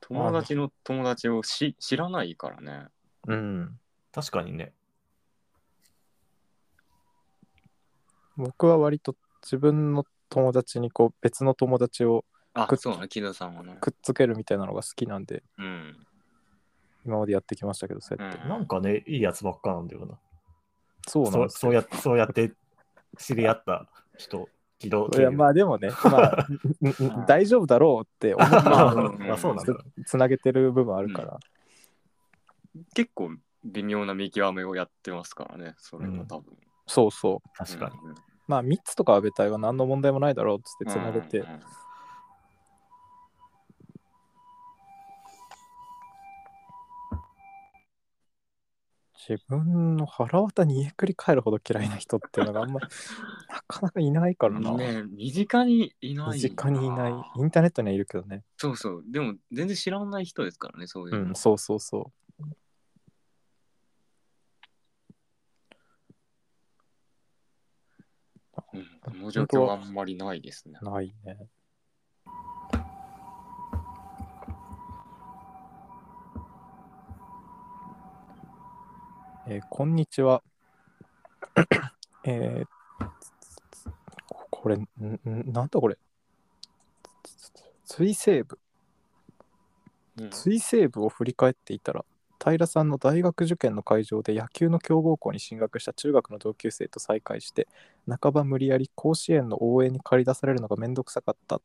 S2: 友達の友達をし知らないからね。
S1: うん。
S3: 確かにね。
S1: 僕は割と自分の友達にこう別の友達を
S2: あ
S1: く、っ
S2: そうね、木戸さんはね。
S1: くっつけるみたいなのが好きなんで、
S2: うん。
S1: 今までやってきましたけど、そう
S2: う
S1: やって。
S2: ん
S3: なんかね、いいやつばっかなんだよな。
S1: そうなん
S3: そう
S1: です
S3: そうやっそうやって知り合った人、軌道
S1: いや、まあでもね、まあ、んんん大丈夫だろうって思
S3: まあ、
S1: っ
S2: うん
S3: まあそうなんだ。
S1: てつなげてる部分あるから。
S2: 結構微妙な見極めをやってますからね、それも多分。
S1: そうそう。
S3: 確かに。
S2: に。
S1: まあ、3つとかは別体は何の問題もないだろうっつってつなげて
S2: うんう、ん
S1: 自分の腹渡にえくり返るほど嫌いな人っていうのがあんまなかなかいないからな、
S2: ね身近にいないな。
S1: 身近にいないインターネットにはいるけどね
S2: そうそう。でも全然知らない人ですからね、そういう
S1: う
S2: の。
S1: んそうそうそ
S2: うんこの状況はあんまりないですね
S1: う。ないねえーこんにちはえーここれんんなんだこれ水星部
S2: うん
S1: 水星部を振り返っていたら平さんの大学受験の会場で野球の強豪校に進学した中学の同級生と再会して半ば無理やり甲子園の応援に駆り出されるのがめんどくさかったっ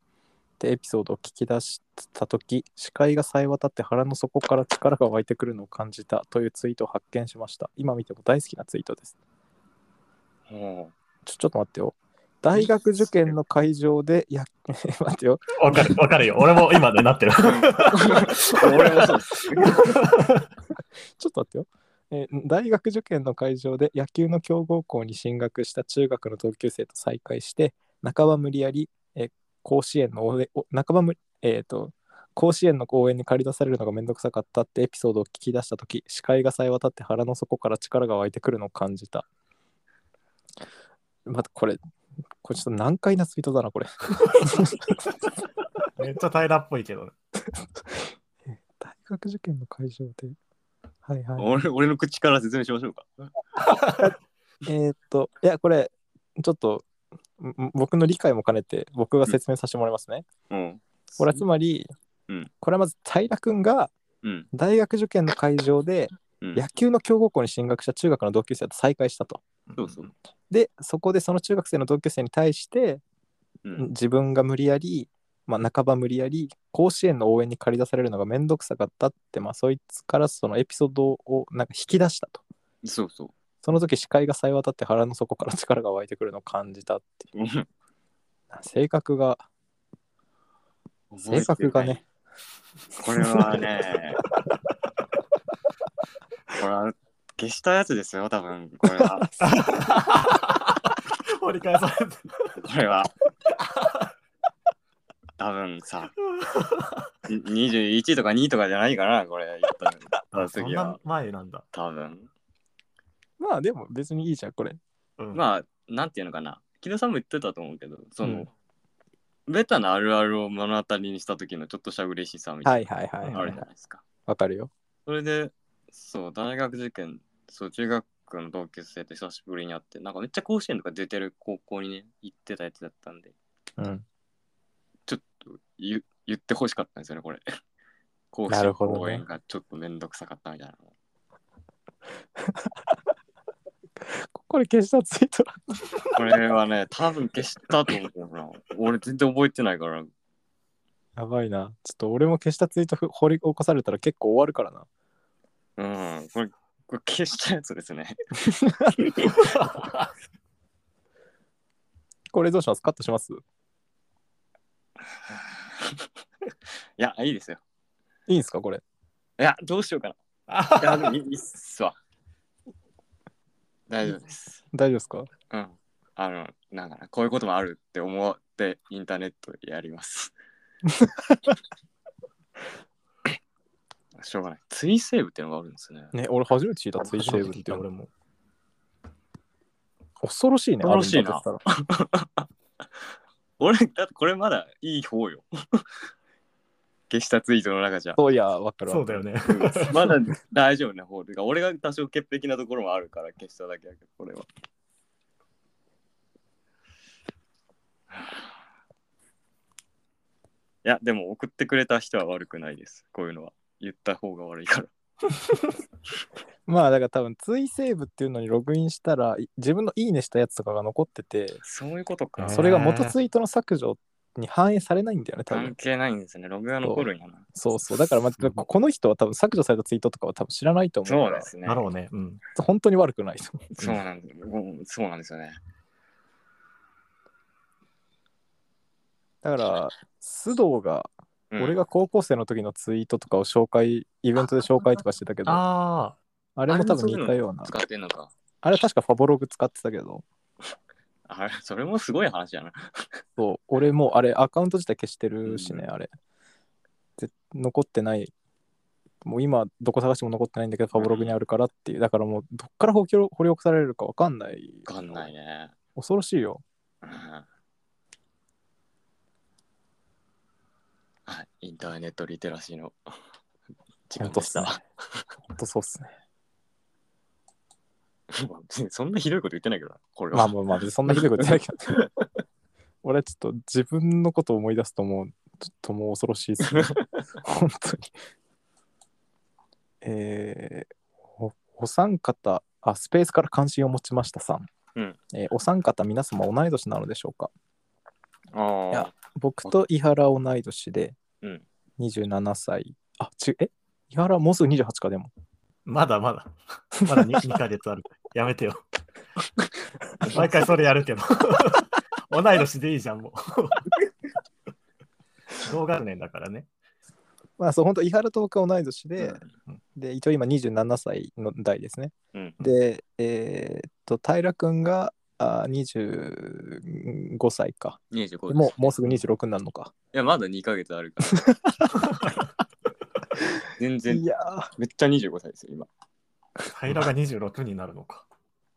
S1: てエピソードを聞き出した時視界がさえ渡って腹の底から力が湧いてくるのを感じたというツイートを発見しました 今見ても大好きなツイートです
S2: おう
S1: ちょちょっと待ってよ大学受験の会場で野 待ってよ
S3: わかる、わかるよ。俺も今ね、なってる。
S2: 俺もそう です。
S1: ちょっと待ってよ。えー大学受験の会場で野球の強豪校に進学した中学の同級生と再会して半ば無理やり、えー甲子園の応援お半ば無えーと甲子園の応援に駆り出されるのがめんどくさかったってエピソードを聞き出した時視界がさえ渡って腹の底から力が湧いてくるのを感じたまたこれこれちょっと難解なツイートだなこれ
S3: めっちゃ平らっぽいけど、ね、
S1: 大学受験の会場で。はいはい。
S2: 俺俺の口から説明しましょうか。
S1: えーっと、いや、これ、ちょっと、んん僕の理解も兼ねて、僕が説明させてもらいますね。
S2: うん。
S1: これはつまり、
S2: うん
S1: これはまず、平君が
S2: うん。
S1: 大学受験の会場で、
S2: うん
S1: 野球の強豪校に進学した中学の同級生と再会したと。
S2: そうそう。
S1: で、そこでその中学生の同級生に対して、
S2: うん。
S1: 自分が無理やり、まあ、半ば無理やり甲子園の応援に駆り出されるのが面倒くさかったって、まあ、そいつからそのエピソードをなんか引き出したと
S2: そうそ
S1: その時視界がさえ渡って腹の底から力が湧いてくるのを感じたっていう
S2: う。うん
S1: 性格が性格がね。
S2: これはね。これは消したやつですよ、多分これは。
S3: 掘り返されて
S2: これは。多分さ、に21とか2とかじゃないかな、これ言ったの。
S3: あそん
S2: 次
S3: な
S2: は
S3: 前なんだ。
S2: 多分
S1: まあでも別にいいじゃんこれ
S3: うん、あ、
S2: まあ、なんていうのかな。木戸さんも言ってたと思うけど、その、
S1: うん
S2: ベタなあるあるを目の当たりにした時のちょっとした嬉しさみた
S1: はいいはいは
S2: ないのあ
S1: は
S2: る
S1: い
S2: じゃないですか。
S1: わかるよ
S2: それで、そう、大学受験、そう、中学の同級生と久しぶりに会って、なんかめっちゃ甲子園とか出てる高校にね、行ってたやつだったんで、
S1: うん
S2: ちょっと言言ってほしかったんですよね、これ。 甲子
S1: なる
S2: 園
S1: ほどね
S2: 応援がちょっとめんどくさかったみたいな。
S1: これ消したツイート
S2: これ はね、多分消したと思うけどな。俺全然覚えてないから、
S1: やばいなちょっと俺も消したツイートふ掘り起こされたら結構終わるからな
S2: うん、これ、これ消したやつですね。
S1: これどうしますカットします
S2: いや、いいですよ。
S1: いいんすかこれ
S2: いや、どうしようかな。いや、でもいいいいっすわ。大丈夫です。
S1: 大丈夫ですか
S2: うん。あの、なんかな、こういうこともあるって思って、インターネットやります。しょうがない。ツイセーブっていうのがあるんですね。
S1: ね俺初めて聞いたツイート
S3: 初
S1: セー
S3: めて
S1: ブっ
S3: 聞い
S1: てい
S3: た
S1: うの
S3: 俺も。
S1: 恐ろしいね
S2: 恐ろしいな
S1: あるんだとしたら
S2: 俺、だってこれまだいい方よ。消したツイートの中じゃ。
S1: そういやわかるわ
S3: そうだよね。
S2: まだ大丈夫な方というか、俺が多少潔癖なところもあるから消しただけだけど、これは。いや、でも送ってくれた人は悪くないです。こういうのは。言った方が悪いから。
S1: まあだから多分追セーブっていうのにログインしたらい自分のいいねしたやつとかが残ってて
S2: そういうことか。
S3: へー
S1: それが元ツイートの削除に反映されないんだよね多分
S2: 関係ないんですね。ログが残るんやな。
S1: そうそうだから、まあ、この人は多分削除されたツイートとかは多分知らないと思う
S2: そう
S1: から
S2: ですね
S3: だ。ろうね。うん。
S1: 本当に悪くないと思う
S2: そうなんです。うんそうなんですよね。
S1: だから須藤が、
S2: うん
S1: 俺が高校生の時のツイートとかを紹介イベントで紹介とかしてたけどあ
S3: あ
S1: れも多分似たような
S2: 使ってんのか。
S1: あれは確かファボログ使ってたけど
S2: あれ、それもすごい話やな。
S1: そう俺もうあれアカウント自体消してるしね、あれぜ残ってないもう今どこ探しても残ってないんだけどファボログにあるからっていうだからもうどっから掘り起こ掘り起こされるか分かんない
S2: わかんないね。
S1: 恐ろしいよ
S2: うんはい、インターネットリテラシ ーの時間でし
S1: 本
S2: た。
S1: ほんとそうっすね
S2: そんなひどいこと言ってないけどな、これ
S1: まあ
S2: は。
S1: まあまあ別にそんなひどいこと言って ないけど俺はちょっと自分のことを思い出すともうちょっともう恐ろしい ですね本当にえー、おお三方あスペースから関心を持ちましたさん、
S2: うん
S1: えーお三方皆様同い年なのでしょうかい
S2: あ
S1: や僕と伊原同い年で
S2: うん
S1: 27歳、あちえ伊原もうすぐ28かでも
S3: あ、まだまだ。まだ 2, 2ヶ月ある。やめてよ。毎回それやるけど。同い年でいいじゃん、もう。同学年だからね。
S1: まあそう本当伊原と僕は同い年で、
S3: う
S1: で一応今27歳の代ですね、
S2: うん
S1: でえーっと平君があー25歳か。
S5: 25です。
S1: もうもうすぐ26になるのか。
S5: いや、まだ2ヶ月あるから。
S2: 全然
S1: い、や
S2: めっちゃ25歳ですよ、今。
S3: 平が26になるのか。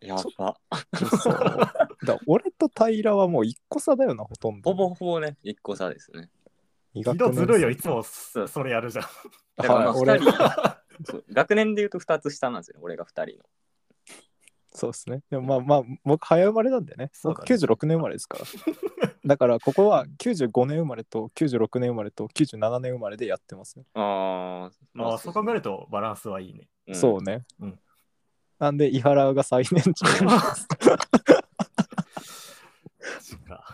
S2: やば。
S1: ー、そう。 だ俺と平はもう一個差だよな、ほとんど。
S5: ほぼほぼね、1個差ですね。
S1: 医学
S3: 色
S1: 年
S3: ずるいよ、
S1: 生
S3: いつもそそれやるじゃん。
S5: だからまあ
S1: はい俺
S5: 2人、そう学年で言うと2つ下なんですよ、俺が2人の。
S1: そうですね。でもまあまあ、僕、早生まれなんでね。
S3: そうだ
S1: 僕
S3: ね
S1: 96年生まれですから。だから、ここは95年生まれと96年生まれと97年生まれでやってますね。
S5: あー、
S3: まあ、そう考えるとバランスはいいね。
S5: うん
S1: そうね。
S3: うん
S1: なんで、伊原が最年長。
S3: そっか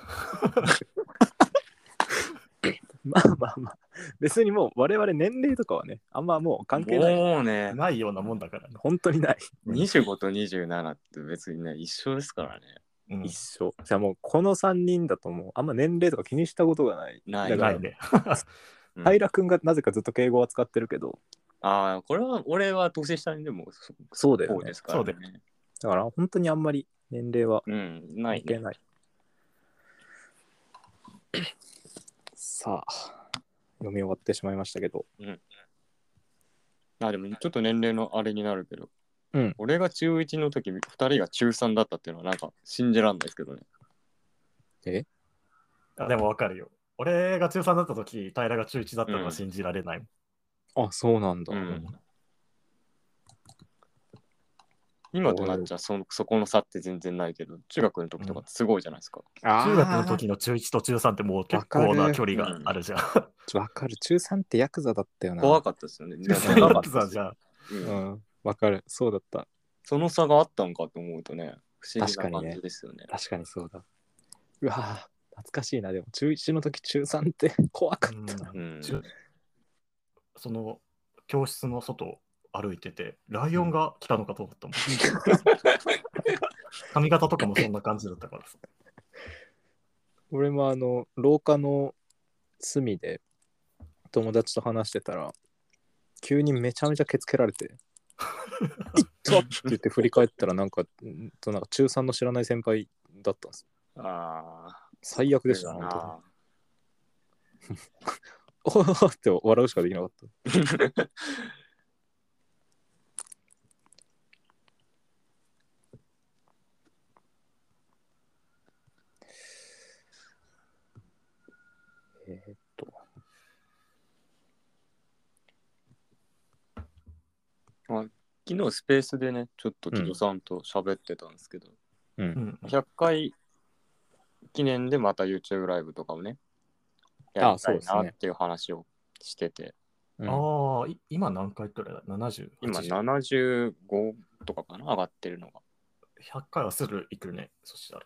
S1: まあ まあまあ。別にもう、我々年齢とかはね、あんまもう関係ない。
S5: もうね、
S3: ないようなもんだからね。
S1: 本当にない。
S5: 25と27って別にね、一緒ですからね。
S3: うん
S1: 一緒。じゃあもう、この3人だともう、あんま年齢とか気にしたことがない。
S5: ない
S1: だか
S3: な
S1: ら
S3: いね。
S5: うん
S1: 平君がなぜかずっと敬語は使ってるけど、
S5: ああ、これは俺は年下にでもそ
S1: そうだよね
S5: こですからね。
S3: そう
S1: だから本当にあんまり年齢は
S5: うん、な
S1: 関
S5: い、
S1: 係
S5: ね。
S1: ない。さあ、読み終わってしまいましたけど。
S2: あ、でもちょっと年齢のあれになるけど。
S1: うん
S2: 俺が中1の時、2人が中3だったっていうのはなんか信じらんないですけどね。
S3: あでもわかるよ。俺が中3だった時、平が中1だったのは信じられないもん。
S1: あ、そうなんだ
S2: うん今となっちゃそそこの差って全然ないけど、中学の時とかってすごいじゃないですか。
S3: 中学の時の中1と中3ってもう結構な距離があるじゃん。
S1: わかる。中3ってヤクザだったよな。
S5: 怖かったですよ ね。
S3: 中
S5: でも
S3: 3だったじゃん。
S2: う
S1: う
S2: ん
S1: ん。わかる。そうだった。
S2: その差があったんかと思うとね、不思議な
S1: 確かに
S2: 感
S1: ね
S2: じですよね。
S1: 確かにそうだ。うわぁ、懐かしいな。でも、中1の時、中3って 怖かったな。
S5: うん
S3: 中その教室の外を歩いてて、ライオンが来たのかと思った もん。髪型とかもそんな感じだったからさ。
S1: 俺もあの、廊下の隅で友達と話してたら、急にめちゃめちゃ蹴つけられて、いっとって言って振り返ったら、なんか、うんとなんか中3の知らない先輩だったんです。
S5: ああ、
S1: 最悪でしたね、本当に。おーって笑うしかできなかった。えーっと。
S2: 昨日スペースでね、ちょっと木戸さんと喋ってたんですけど、
S3: うん、
S2: 100回記念でまた YouTube ライブとかをね、や
S1: あ
S2: りた
S1: そう
S2: い
S1: ですね
S2: なっていう話をしてて、
S1: うん
S3: ああ、い今何回くらいだ ?70。
S2: 今
S3: 80
S2: 75とかかな、上がってるのが。
S3: 100回はするいくね。そしたら。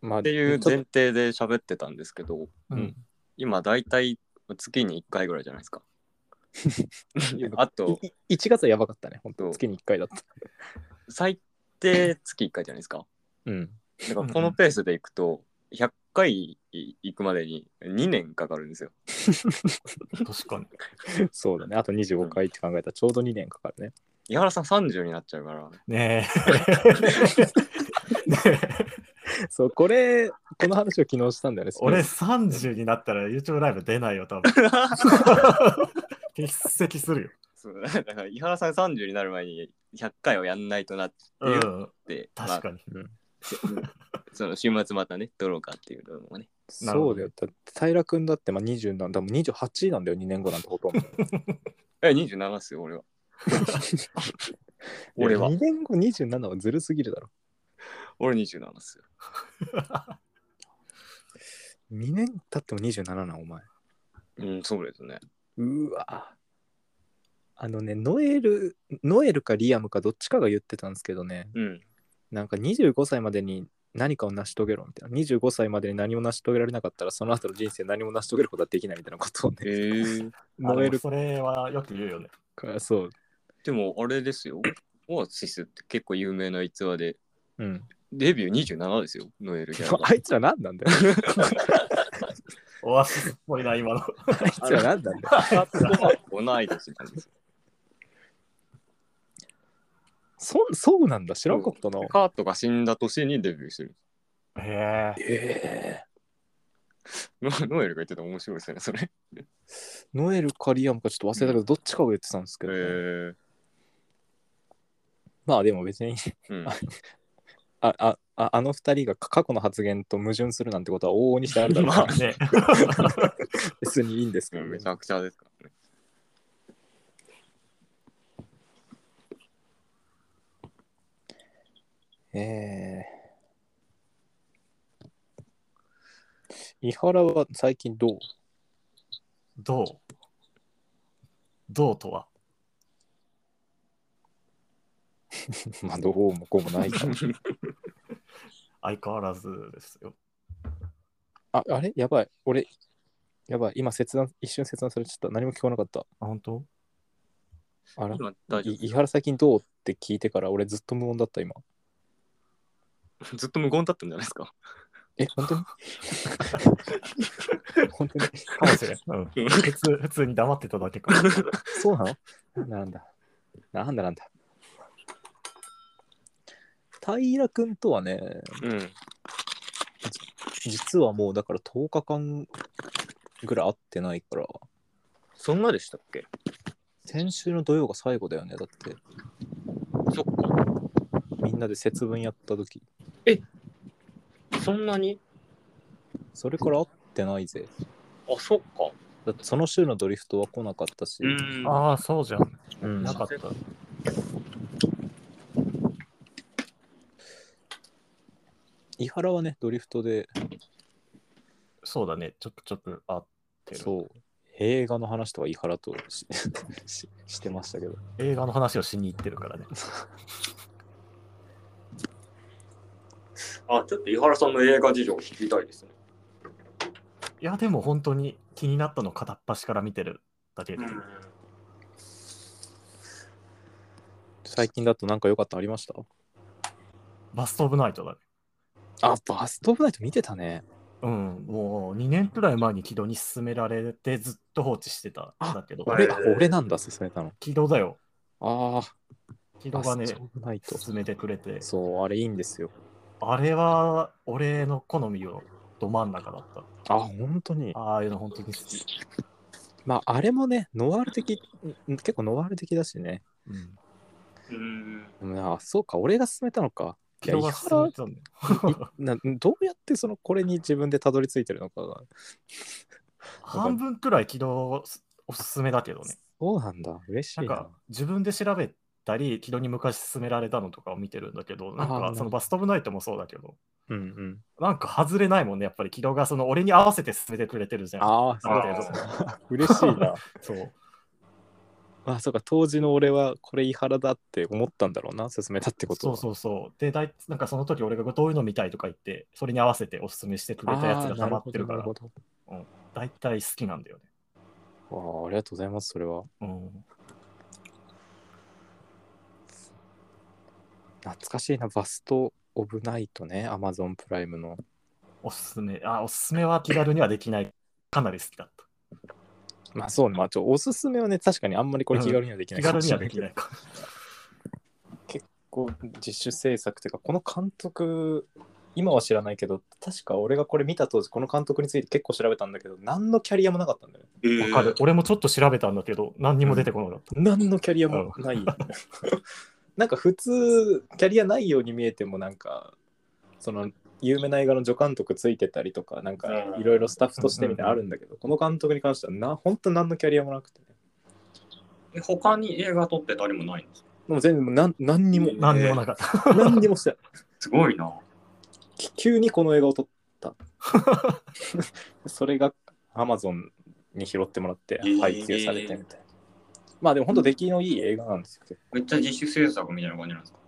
S1: まあ、
S2: っていう
S1: ちょっ
S2: 前提で喋ってたんですけど、
S1: うん
S2: 今大体月に1回ぐらいじゃないですか。あ
S1: と、
S2: と
S1: いい1月はやばかったね、本
S2: そ
S1: 当
S2: う
S1: 月に1回だった。
S2: 最低月1回じゃないですか。
S1: うん。
S2: だからこのペースでいくと、100回行くまでに2年かかるんですよ。
S3: 確かに。
S1: そうだね。あと25回って考えたらちょうど2年かかるね。
S2: 井原さん30になっちゃうから、
S3: ねえ。ねえ
S1: そう、これ、この話を昨日したんだよね。
S3: 俺30になったら YouTube ライブ出ないよ、多分。 欠席するよ。
S2: そうだから井原さん30になる前に100回をやんないとなって
S3: う
S2: 言っ
S3: ん、
S2: て、まあ
S3: 確かに。
S2: そ の週末またね、撮ろうかっていうのもね。
S3: なるほ
S1: そ
S3: ど
S1: うだよ。だって平君だってまあ20なんだ、もう28なんだよ、2年後なんてほとんど。
S2: え、27っすよ、俺は。 俺は
S1: 2年後27はずるすぎるだろ。
S2: 俺27っすよ。
S1: 2年経っても27な、お前。
S2: うん、そうですね。
S1: うわあのね、ノエル、ノエルかリアムかどっちかが言ってたんですけどね、
S2: うん。
S1: なんか25歳までに何かを成し遂げろみたいな、25歳までに何も成し遂げられなかったら、その後の人生何も成し遂げることはできないみたいなことを
S2: え
S1: ね、
S2: ー、
S1: ノエ
S3: あでも
S1: ル
S3: それはよく言うよね。
S1: か、そう、
S2: でも、あれですよ。オアシスって結構有名な逸話で、
S1: うん。
S2: デビュー27ですよ、ノエル・ギャラ
S1: あいつら何なんだよ。
S3: オアシスっぽいな、今 の。
S1: あいつら何なんだよ。
S2: ガー。同い年なんですよ。
S1: そそうなんだ知らんかったな、
S6: カートが死んだ年にデビューしてる。
S3: へえ。
S1: ええ
S6: ノノエルが言ってた面白いですよね、それ。
S1: ノエルかリアムかちょっと忘れたけど、どっちかを言ってたんですけ
S6: え
S1: ど、
S6: ー
S1: まあでも別に
S6: うん、
S1: ああああの二人が過去の発言と矛盾するなんてことは往々にしてあるだろう
S3: ま
S1: か
S3: あ
S1: ら
S3: ね。
S1: 別にいいんですけ
S6: う
S1: ど、
S6: ん
S1: ね
S6: めちゃくちゃですからね。
S1: ええ伊原は最近どう
S3: どうどうとは
S1: まあどうもこうもない から。
S3: 相変わらずですよ。
S1: あ、あれやばい。俺、やばい。今切断、一瞬切断されちゃった。何も聞こえなかった。
S3: あ、本当
S1: あら、
S2: 今大丈
S1: い伊原最近どうって聞いてから俺ずっと無音だった今。
S6: ずっと無言だったんじゃないですか。
S1: え、本 当に本当に
S3: かもしれん。うん、普通普通に黙ってただけか。
S1: そうなのなんだなんだなんだなんだ。平君とはね、
S6: うん。
S1: 実はもうだから10日間ぐらい会ってないから、
S2: そんなでしたっけ
S1: 先週の土曜が最後だよね。だって、
S2: そっか。
S1: みんなで節分やった時
S2: そんなに
S1: それから会ってないぜ。
S2: あ、そっか。
S1: だってその週のドリフトは来なかったし、
S2: うん。
S3: ああ、そうじゃん。
S1: うん
S3: なかった。
S1: 伊原はね、ドリフトで、
S3: そうだね。ちょくちょくあってる。
S1: そう、映画の話とか伊原とし ししてましたけど、
S3: 映画の話をしに行ってるからね。
S2: あ、ちょっと井原さんの映画事情聞きたいですね。
S3: いや、でも本当に気になったの片っ端から見てるだけで。
S1: 最近だとなんか良かったのありました
S3: バストオブナイトだね。
S1: あ、バストオブナイト見てたね。
S3: うん、もう2年くらい前に軌道に進められてずっと放置してたんだけど、
S2: あ
S1: 俺、
S2: はい
S1: あ俺なんだ、勧めたの。
S3: 軌道だよ。
S1: ああ、
S3: 軌道
S1: バ
S3: が
S1: ス
S3: ね、
S1: トオブナイト。
S3: 進めてくれて、
S1: そう、あれいいんですよ。
S3: あれは俺の好みのど真ん中だった。
S1: あ、本当に。
S3: ああいうの本当に好き。
S1: まあ、あれもね、ノワール的、ん結構ノワール的だしね。
S3: うん、
S2: うん。
S1: うんあ、そうか、俺が勧めたのか。い
S3: 軌
S1: や
S3: 道が進めてたんだよ。
S1: などうやってそのこれに自分でたどり着いてるのかが。
S3: 半分くらい軌道おすすめだけどね。
S1: そうなんだ、嬉しい
S3: なん
S1: な。
S3: か自分で調べたり、軌道に昔進められたのとかを見てるんだけど、なん
S1: あ
S3: か
S1: ー
S3: そのバストオブナイトもそうだけど、
S1: うんうん。
S3: なんか外れないもんね、やっぱり軌道がその俺に合わせて進めてくれてるじゃん。
S1: ああ、そう
S3: ある
S1: だ
S3: 程度
S1: 嬉しいな。
S3: そう。
S1: あそうか、当時の俺はこれ伊原だって思ったんだろうな、勧めたってこと
S3: そう
S1: は。
S3: そうそう。で、だいなんかその時俺がどういうの見たいとか言って、それに合わせておすすめしてくれたやつ
S1: ああ、
S3: が
S1: な
S3: ハマ
S1: る
S3: っ
S1: ほ
S3: て
S1: ど、
S3: る
S1: な
S3: か
S1: る
S3: ら
S1: ほ、ど。
S3: 大体好きなんだよね。
S1: わあありがとうございます、それは。
S3: うん、
S1: 懐かしいな、バスト・オブ・ナイトね、アマゾンプライムの。
S3: おすすめ。あ、おすすめは気軽にはできない。かなり好きだった。
S1: まあそうね、まあちょ、おすすめはね、確かにあんまりこれ気軽にはできな
S3: 気
S1: いかも
S3: 軽
S1: し
S3: に
S1: れな
S3: はで
S1: い
S3: き
S1: けど。
S3: ないか。
S1: こう自主制作というか、この監督、今は知らないけど、確か俺がこれ見た当時、この監督について結構調べたんだけど、何のキャリアもなかったんだよね。
S2: え
S3: わかる。俺もちょっと調べたんだけど、何にも出てこなかった。
S1: 何のキャリアもない。 なんか普通、キャリアないように見えても、なんか、その、有名な映画の助監督ついてたりとか、なんか
S2: うん
S1: いろいろスタッフとしてみたいなのあるんだけど、この監督に関してはな、本当何のキャリアもなくて、ね、
S2: え他に映画撮ってたりもないんですか
S1: もう全然もう何何にも、
S2: うん
S3: 何にもなかった。
S1: 何にもしてない。
S2: すごいな。
S1: き 急にこの映画を撮った。それが Amazon に拾ってもらって
S2: えー
S1: 配給されてみたいな。まあでも本当出来のいい映画なんですよ。結
S2: めっちゃ自主制作みたいな感じなんですか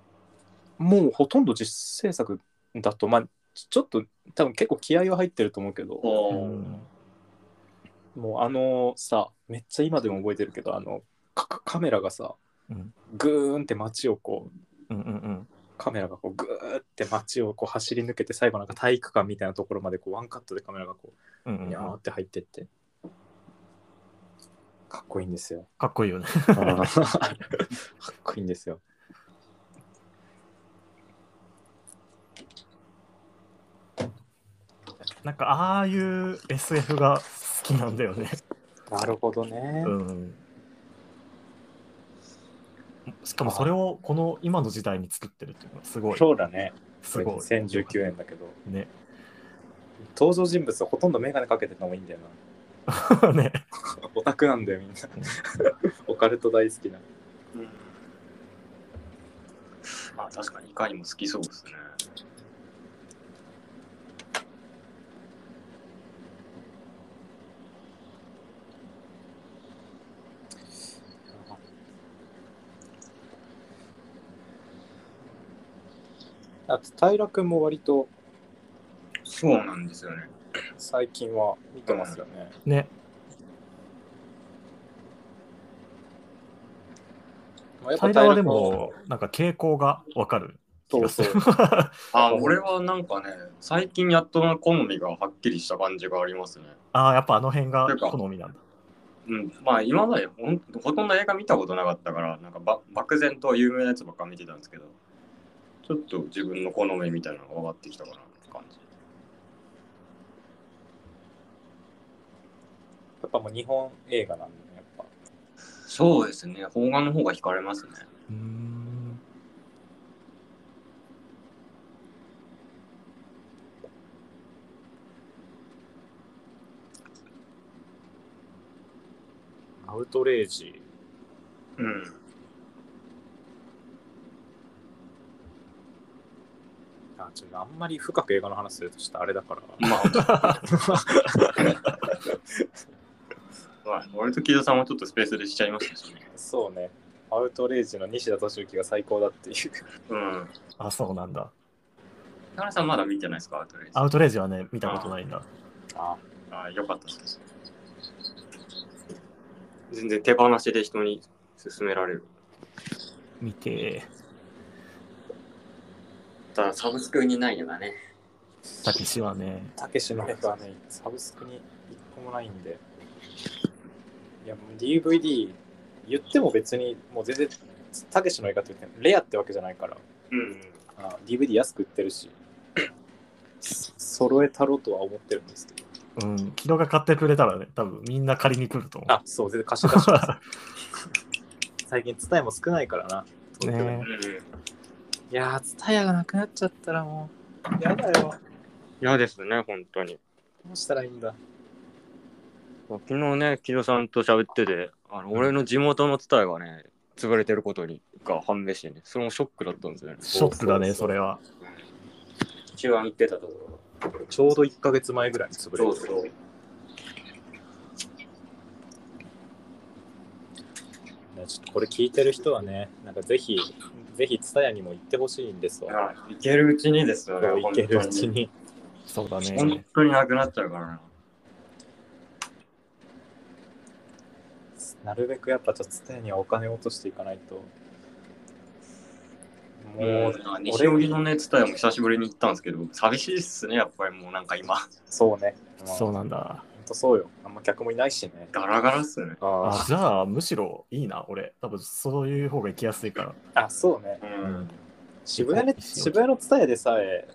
S1: 構もうほとんど実制作だと、まあちちょっと多分結構気合は入ってると思うけど、
S3: うん
S1: もうあのさ、めっちゃ今でも覚えてるけど、あのカカカメラがさ
S3: うん、
S1: グーンって街をこう、
S3: うんうんうん。
S1: カメラがこうグーって街をこう走り抜けて、最後なんか体育館みたいなところまでこうワンカットでカメラがこう
S3: うんうんうん
S1: にゃーって入ってって。かっこいいんですよ。
S3: かっこいいよね。
S1: かっこいいんですよ。
S3: なんかああいう SF が好きなんだよね。
S1: なるほどね
S3: う。ん。しかもそれをこの今の時代に作ってるっていうのはすごい。
S1: そうだね。
S3: すごい。
S1: 2019円だけど、
S3: ね。
S1: 登場人物はほとんどメガネかけてたのもいいんだよ
S3: ね。
S1: な。オタクなんだよ、みんな。オカルト大好きな。
S2: まあ確かにいかにも好きそうですね。
S1: あと、平君も割と
S2: そうなんですよね。
S1: 最近は見てますよね。
S3: ね。
S1: まあやっぱ
S3: 平はで
S1: 君
S3: も、なんか傾向がわかる気
S1: そう
S3: がす
S1: そう
S3: る。。
S2: あ、俺はなんかね、最近やっと好みがはっきりした感じがありますね。
S3: ああ、やっぱあの辺が好みなんだ。
S2: うん、まあ今までほんほとんど映画見たことなかったから、なんかば漠然と有名なやつばっか見てたんですけど、ちょっと自分の好みみたいなのが分かってきたかなって感じ。
S1: やっぱもう日本映画なんだね、やっぱ。
S2: そうですね、邦画の方が惹かれますね。
S3: うーん。
S1: アウトレイジ。
S2: うん。
S1: あちょっとあんまり深く映画の話するとちょっとあれだから。
S2: まあ、 まあ、俺と木戸さんはちょっとスペースでしちゃいましたしね。
S1: そうね。アウトレイジの西田敏行が最高だっていう。
S2: うん。
S3: あ、そうなんだ。
S2: 田原さんまだ見てないですか、とりあ
S3: アウトレイジはね、見たことないんだ。
S1: あ
S2: えず。ああ、よかったです。全然手放しで人に勧められる。
S3: 見て
S2: ただ、サブスクにないのがね。
S3: ー、たけしはね、
S1: たけしの絵がね、サブスクに一個もないんで。いや、もう DVD 言っても別に、もう全然、たけしの映画って言ってレアってわけじゃないから、
S2: うん。
S1: あ DVD 安く売ってるし、そ揃えたろうとは思ってるんですけど。
S3: うん、木戸が買ってくれたらね、多分みんな借りに来ると思
S1: あ、そう、全然貸し出し ます。最近、ツタヤも少ないからな。
S3: う。 ね
S2: うん。
S1: いやー、ツタヤがなくなっちゃったらもう、やだよ。
S2: 嫌ですね、本当に。
S1: どうしたらいいんだ。
S2: 昨日ね、木戸さんと喋ってて、あの俺の地元の伝えがね、潰れてることにが判明してね、それもショックだったんですよね。
S3: ショックだね、それは。
S2: 中盤行ってたところ。
S1: ちょうど1ヶ月前ぐらいに潰れて
S2: そ
S1: る
S2: うそう。
S1: ねちょっとこれ聞いてる人はね、なんかぜひ、ぜひ、ツタヤにも行ってほしいんですわ。
S2: あ行けるうちにですよね、
S1: もう行けるうちに。
S3: そうだ
S2: 本当に。
S3: ね
S2: 本。当になくなっちゃうからな。
S1: なるべくやっぱちょっとツタヤにはお金を落としていかないと。も
S2: も
S1: う
S2: う、、西荻のね、伝えも久しぶりに行ったんですけど、寂しいっすね、やっぱりもうなんか今、
S1: そうね。
S3: そ
S1: ほ
S3: うんなんだ。
S1: とそうよ。あんま客もいないしね。
S2: ガラガラっすね。
S1: あ
S3: あ、じゃあ、むしろいいな、俺。多分そういう方が行きやすいから。
S1: あ、そうね
S2: う。
S3: ん
S2: ん。
S1: 渋谷で、渋谷のツタヤでさえ、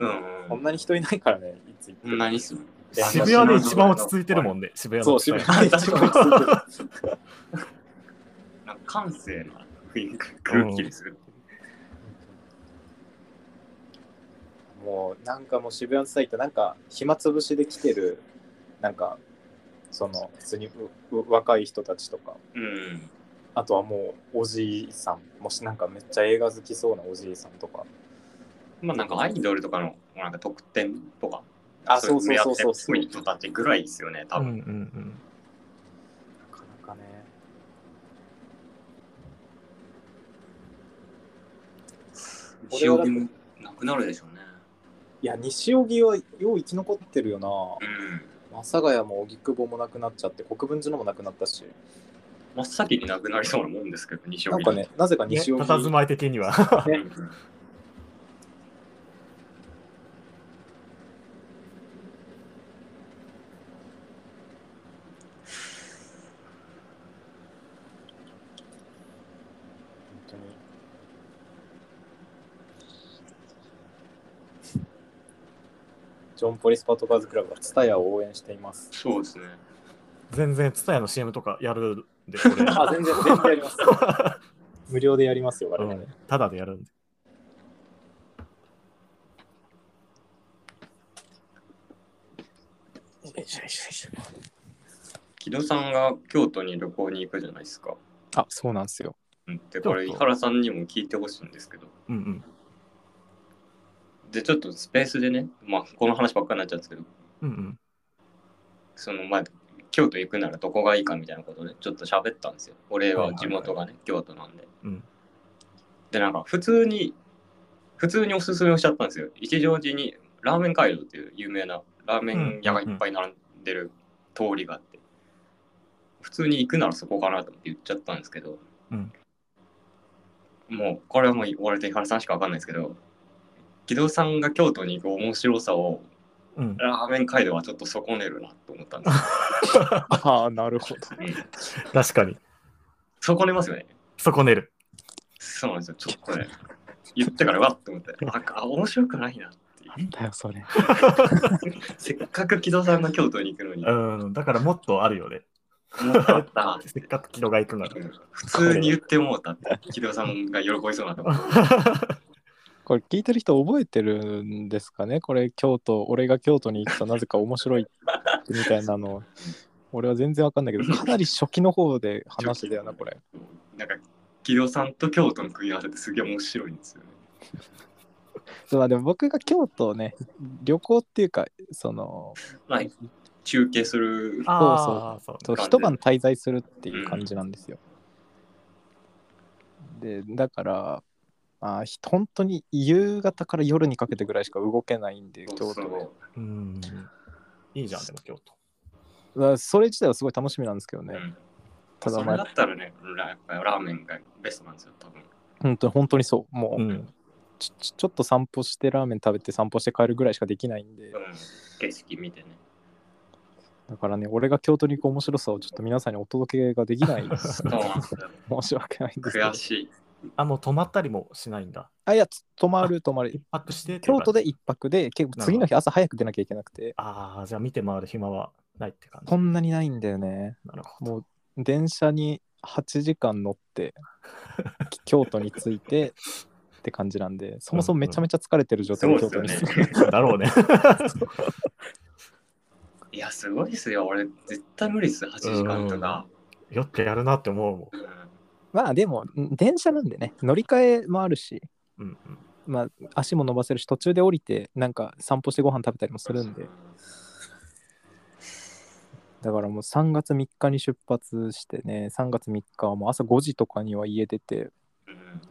S2: うん。
S1: こんなに人いないからね、いつ行っても。
S2: 何っすね。
S1: で
S3: 渋谷で一番落ち着いてるもんね、渋谷
S1: そ
S3: の
S1: う、
S3: 伝
S1: 渋
S3: え。
S1: 谷で一番落ち着いてる。
S2: なんか感性な雰囲気、空気にする。
S1: もうなんかもう渋谷のサイトなんか暇つぶしで来てるなんかその普通にうう若い人たちとか
S2: うん。
S1: あとはもうおじいさんもしなんかめっちゃ映画好きそうなおじいさんとか
S2: まあなんかアイドルとかのなんか特典とか、
S1: あそうそうそうそう
S2: そういう目当てっぽい人たちぐらいですよね、多
S3: うんう
S2: 分。
S3: ん
S1: なかなかね
S2: 西荻もなくなるでしょうね。
S1: いや西荻はよう生き残ってるよな
S2: うん。
S1: 阿佐ヶ谷も荻窪もなくなっちゃって国分寺のもなくなったし
S2: 真っ先になくなりそうなもんですけど、西
S1: な
S2: 荻。
S1: んかねなぜか
S3: うん。ね、
S1: 西荻、
S3: たたずまい的には。
S2: うん。
S1: 本当に
S7: ジョンポリスパートカーズクラブはツタヤを応援してい ます。
S2: そうですね。
S3: 全然、ツタヤの CM とかやるんで、これ。
S7: あ、全然、全然やります。無料でやりますよ、我々。
S3: うんただでやるんで。
S2: 木戸さんが京都に旅行に行くじゃないですか。
S1: あ、そうなんですよ。
S2: うんで、これ、
S3: 京
S2: 井
S3: 都
S2: 原さんにも聞いてほしいんですけど。
S3: うんうん。
S2: で、ちょっとスペースでね、まあ、この話ばっかりになっちゃうんですけど、
S3: うんうん。
S2: その、まあ、京都行くならどこがいいかみたいなことで、ちょっと喋ったんですよ。俺は地元がね、京都なんで。
S3: うん
S2: で、なんか、普通に、普通におすすめをしちゃったんですよ。一乗寺にラーメン街道っていう有名なラーメン屋がいっぱい並んでる通りがあって、普通に行くならそこかなと思って言っちゃったんですけど、
S3: うん
S2: もう、これはもう俺と井原さんしかわかんないですけど、木戸さんが京都に行く面白さを
S3: うん、
S2: ラーメン街道はちょっと損ねるなと思ったんです
S1: ああ、なるほど。
S3: 確かに。
S2: よ。損ねますよね。
S3: 損ねる。
S2: そうなんですよ。ちょっとこれ、言ってからわっと思って、あ、あ面白くないなっていう。
S1: だよ、それ。
S2: せっかく木戸さんが京都に行くのに、も
S3: うん。だからもっとあるよね。
S2: うあったっ。
S3: せってかく木戸が行くな
S2: うん普通に言ってもうたって、木戸さんが喜びそうなと思って
S3: ら。
S1: これ聞いてる人覚えてるんですかねこれ京都、俺が京都に行くとなぜか面白いみたいなの。俺は全然わかんないけ ど、かなり初期の方で話してたよな、これ。
S2: なんか、木戸さんと京都の組み合わせってすげえ面白いんですよね。
S1: そうでも僕が京都をね、旅行っていうか、その、
S2: まあ、中継する。
S3: ああ、そう
S1: そう
S2: 感じ
S1: 一晩滞在するっていう感じなんですよ。でだからあーひ本当に夕方から夜にかけてぐらいしか動けないんで京都
S2: そうそう
S3: うん。いいじゃん、でも京都。
S1: だからそれ自体はすごい楽しみなんですけど
S2: う
S1: ね、
S2: ん
S1: ただ
S2: そ
S1: ま
S2: れだ
S1: あ
S2: ったらね、ラやっぱラーメンがベストなんですよ、多分。
S1: 本当に本当にそうもう、
S3: ん。
S1: ちちちょっと散歩してラーメン食べて散歩して帰るぐらいしかできないんで
S2: うん、景色見てね。
S1: だからね俺が京都に行く面白さをちょっと皆さんにお届けができない
S2: そうなんですよ
S1: 申し訳ないんですけど
S2: 悔しい。
S3: あ、もう泊まったりもしないんだ。
S1: あいやつ泊まる泊まる
S3: 一泊してってい
S1: 京
S3: う感じ
S1: 都で一泊で結構次の日朝早く出なきゃいけなくて
S3: ああ、じゃあ見て回る暇はないって感じ
S1: こ。んなにないんだよね
S3: なるほど。
S1: もう電車に8時間乗って京都に着いてって感じなんでそもそもめちゃめちゃ疲れてる状態
S2: そう
S1: で
S2: で
S1: 京
S2: す
S1: 都
S2: よ
S1: に
S2: ね。
S1: 住んで
S3: だろうね。
S2: いや、すごいですよ。俺、絶対無理です。8時間とか。
S3: よくやるなって思うもん。
S2: うん
S1: まあでもん電車なんでね乗り換えもあるし、
S3: うん
S1: まあ、足も伸ばせるし途中で降りてなんか散歩してご飯食べたりもするんでだからもう3月3日に出発してね3月3日はもう朝5時とかには家出て
S2: うん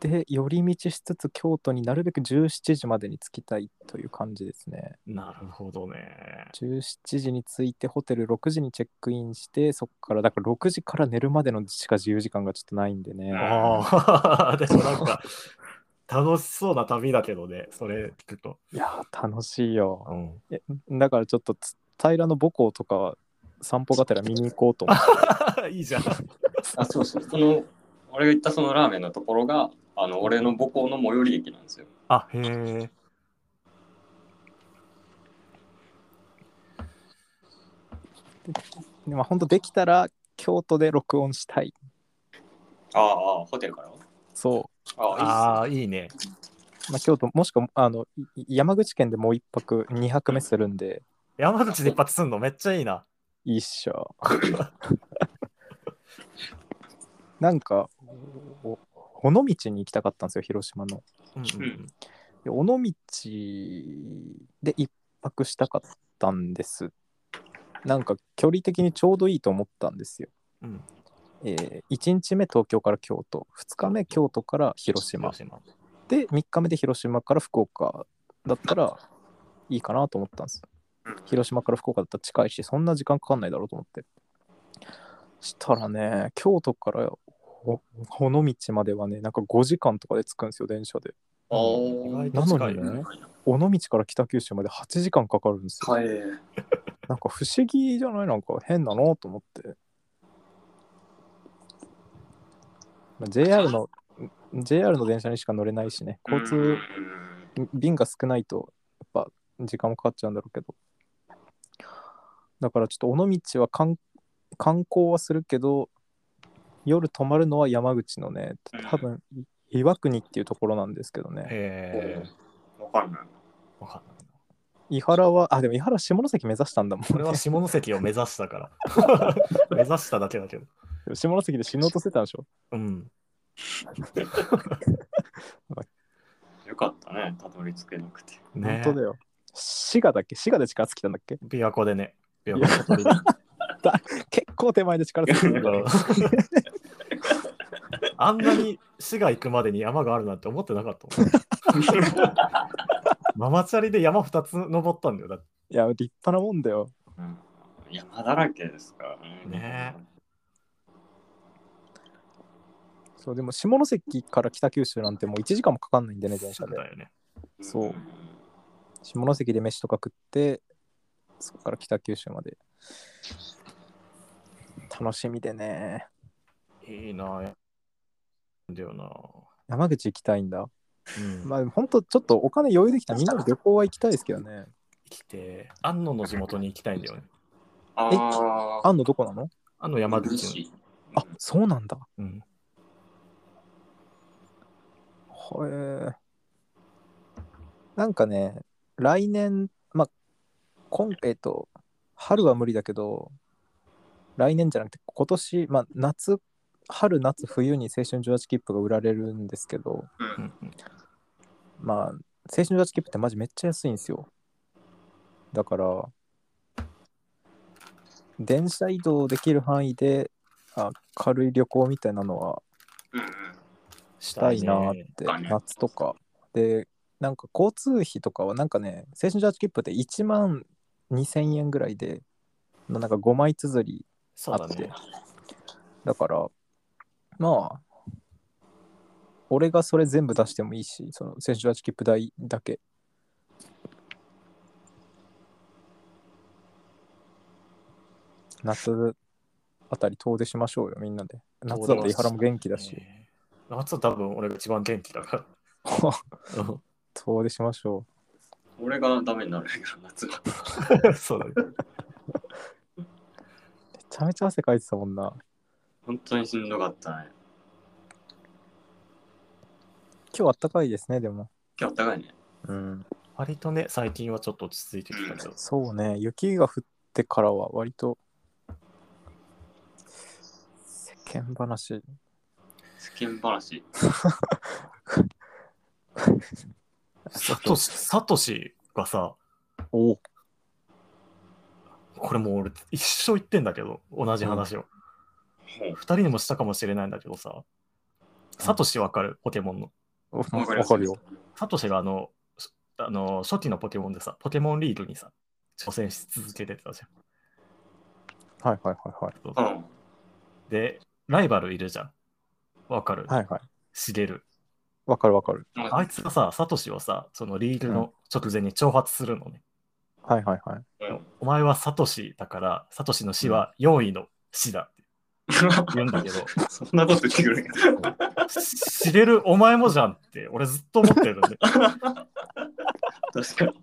S1: で寄り道しつつ京都になるべく17時までに着きたいという感じですね。
S3: うん。なるほどね。
S1: 17時に着いてホテル6時にチェックインしてそこからだから6時から寝るまでのしか自由時間がちょっとないんでね、
S3: ああ、 でもなんか、楽しそうな旅だけどね、それ聞くと。
S1: いやー楽しいよ
S3: うん、
S1: えだからちょっとつ平の母校とかは散歩がてら見に行こうと思って
S3: いいじゃん。
S2: あ、そうそう。その、俺が行ったそのラーメンのところが、あの、俺の母校の最寄り駅なんですよ。
S3: あ、へえ。
S1: でまあ本当できたら京都で録音したい
S2: ああ、ああホテルから
S1: そ
S2: ああ、
S3: ああ、いいね。
S1: う、まあ、京都もしくはあのい山口県でもう1泊2泊目するんで
S3: 山口で一発すんのめっちゃいいな。
S1: いいっしょ なんかお尾道に行きたかったんですよ広島の。
S3: うんうん
S1: で尾道で一泊したかったんです。なんか距離的にちょうどいいと思ったんですよ。
S3: うん。
S1: え1日目東京から京都2日目京都から広島
S3: 広島。
S1: で3日目で広島から福岡だったらいいかなと思ったんです。
S2: いいっすね
S1: 広島から福岡だったら近いしそんな時間かかんないだろうと思って。したらね京都からほ尾道まではねなんか5時間とかで着くんですよ電車で。
S2: あ
S3: 意
S2: ー
S3: 外と近いよ
S1: なのに
S3: ね
S1: ね。尾道から北九州まで8時間かかるんですよ。
S2: はい。
S1: なんか不思議じゃないなんか変なのと思って。まあ JR の、JR の電車にしか乗れないしね、交
S2: う
S1: 通
S2: ん
S1: 便が少ないと、やっぱ時間もかかっちゃうんだろうけどだからちょっと尾道は観観光はするけど夜泊まるのは山口のね多分岩国っていうところなんですけどね
S3: え
S2: わかんない。
S3: ー、わかんないな。
S1: 伊原はあでも伊原下関目指したんだもん、ね、
S3: 俺は下関を目指した から。目指しただけだけど。
S1: 下関で死のうとしてたんでしょ
S3: うん。
S2: よかったね、たどり着けなくて。
S3: ね
S1: 本当だよ滋賀だっけ滋賀で力尽きたんだっけ
S3: 琵琶湖でね。琵琶湖で取
S1: 結構手前で力尽きたん だけ
S3: り
S1: ど
S3: にあんなに市が行くまでに山があるなんて思ってなかったも ん。ママチャリで山2つ登ったんだよ。だって
S1: いや立派なもんだよ
S2: うん山だらけですから
S3: ね
S1: そうでも下関から北九州なんてもう1時間もかかんないんでね電車
S3: そう
S1: で
S3: だよね。
S1: そう下関で飯とか食ってそこから北九州まで楽しみでね
S3: いいなぁ。だよなぁ。
S1: 山口行きたいんだ
S3: うん
S1: まあでもほんとちょっとお金余裕できたらみんなで旅行は行きたいですけどね
S3: 生きて、安野の地元に行きたいんだよね。
S2: あー
S1: あんのどこなの
S3: 安野山
S2: 美味
S3: 口
S2: し
S3: の。
S2: い
S1: あそうなんだ
S3: うん、
S1: へえなんかね来年まあ今えっと春は無理だけど来年じゃなくて今年まあ夏春夏冬に青春18切符が売られるんですけど
S2: う
S3: う
S2: ん
S3: ん
S1: まあ青春18切符ってマジめっちゃ安いんですよだから電車移動できる範囲であ軽い旅行みたいなのは
S2: うんうん
S1: したいなーっ
S3: ね
S1: て、
S2: だね
S1: 夏とか。で、なんか交通費とかは、なんかね、青春ジャージ切符って1万2000円ぐらいで、のなんか5枚綴り
S3: そ
S1: あ
S3: うだ
S1: って、
S3: ね
S1: だ。から、まあ、俺がそれ全部出してもいいし、その青春ジャージ切符代だけ。夏あたり遠出しましょうよ、みんなで。夏だと伊原も元気だし。
S3: ね夏は多分俺が一番元気だ から。うん
S1: 遠出しましょ
S2: 俺がダメになるんやけど、夏は。
S3: そうだね。
S1: う。めちゃめちゃ汗かいてたもんな。
S2: 本当にしんどかったね。
S1: 今日あったかいですね、でも。
S2: 今日あったかいね。
S1: うん。
S3: 割とね、最近はちょっと落ち着いてきたけど。
S1: そうね、雪が降ってからは割と。世間話。
S2: 世間話。
S3: サトシ、サトシがさ、
S1: おお。
S3: これもう俺一生言ってんだけど、同じ話を。
S2: うん
S3: 二人にもしたかもしれないんだけどさ、サトシわかるポケモンの。
S1: わ
S2: わかり
S1: わかるよ。
S3: サトシがあの、しあの初期のポケモンでさ、ポケモンリーグにさ、挑戦し続けてたじゃん。
S1: はいはいはいはい。
S2: うん。うん
S3: で、ライバルいるじゃん。わかる、
S1: はいはい。
S3: しげる。
S1: わかるわかる。
S3: あいつがさ、サトシをさ、そのリーグの直前に挑発するのね。
S1: はいはいはい。
S2: うん
S3: お前はサトシだから、サトシの死は4位の死だって言うんだけど、
S2: そんなこと言ってくるんや。
S3: しげるお前もじゃんって、俺ずっと思ってるんで、
S2: 確かに。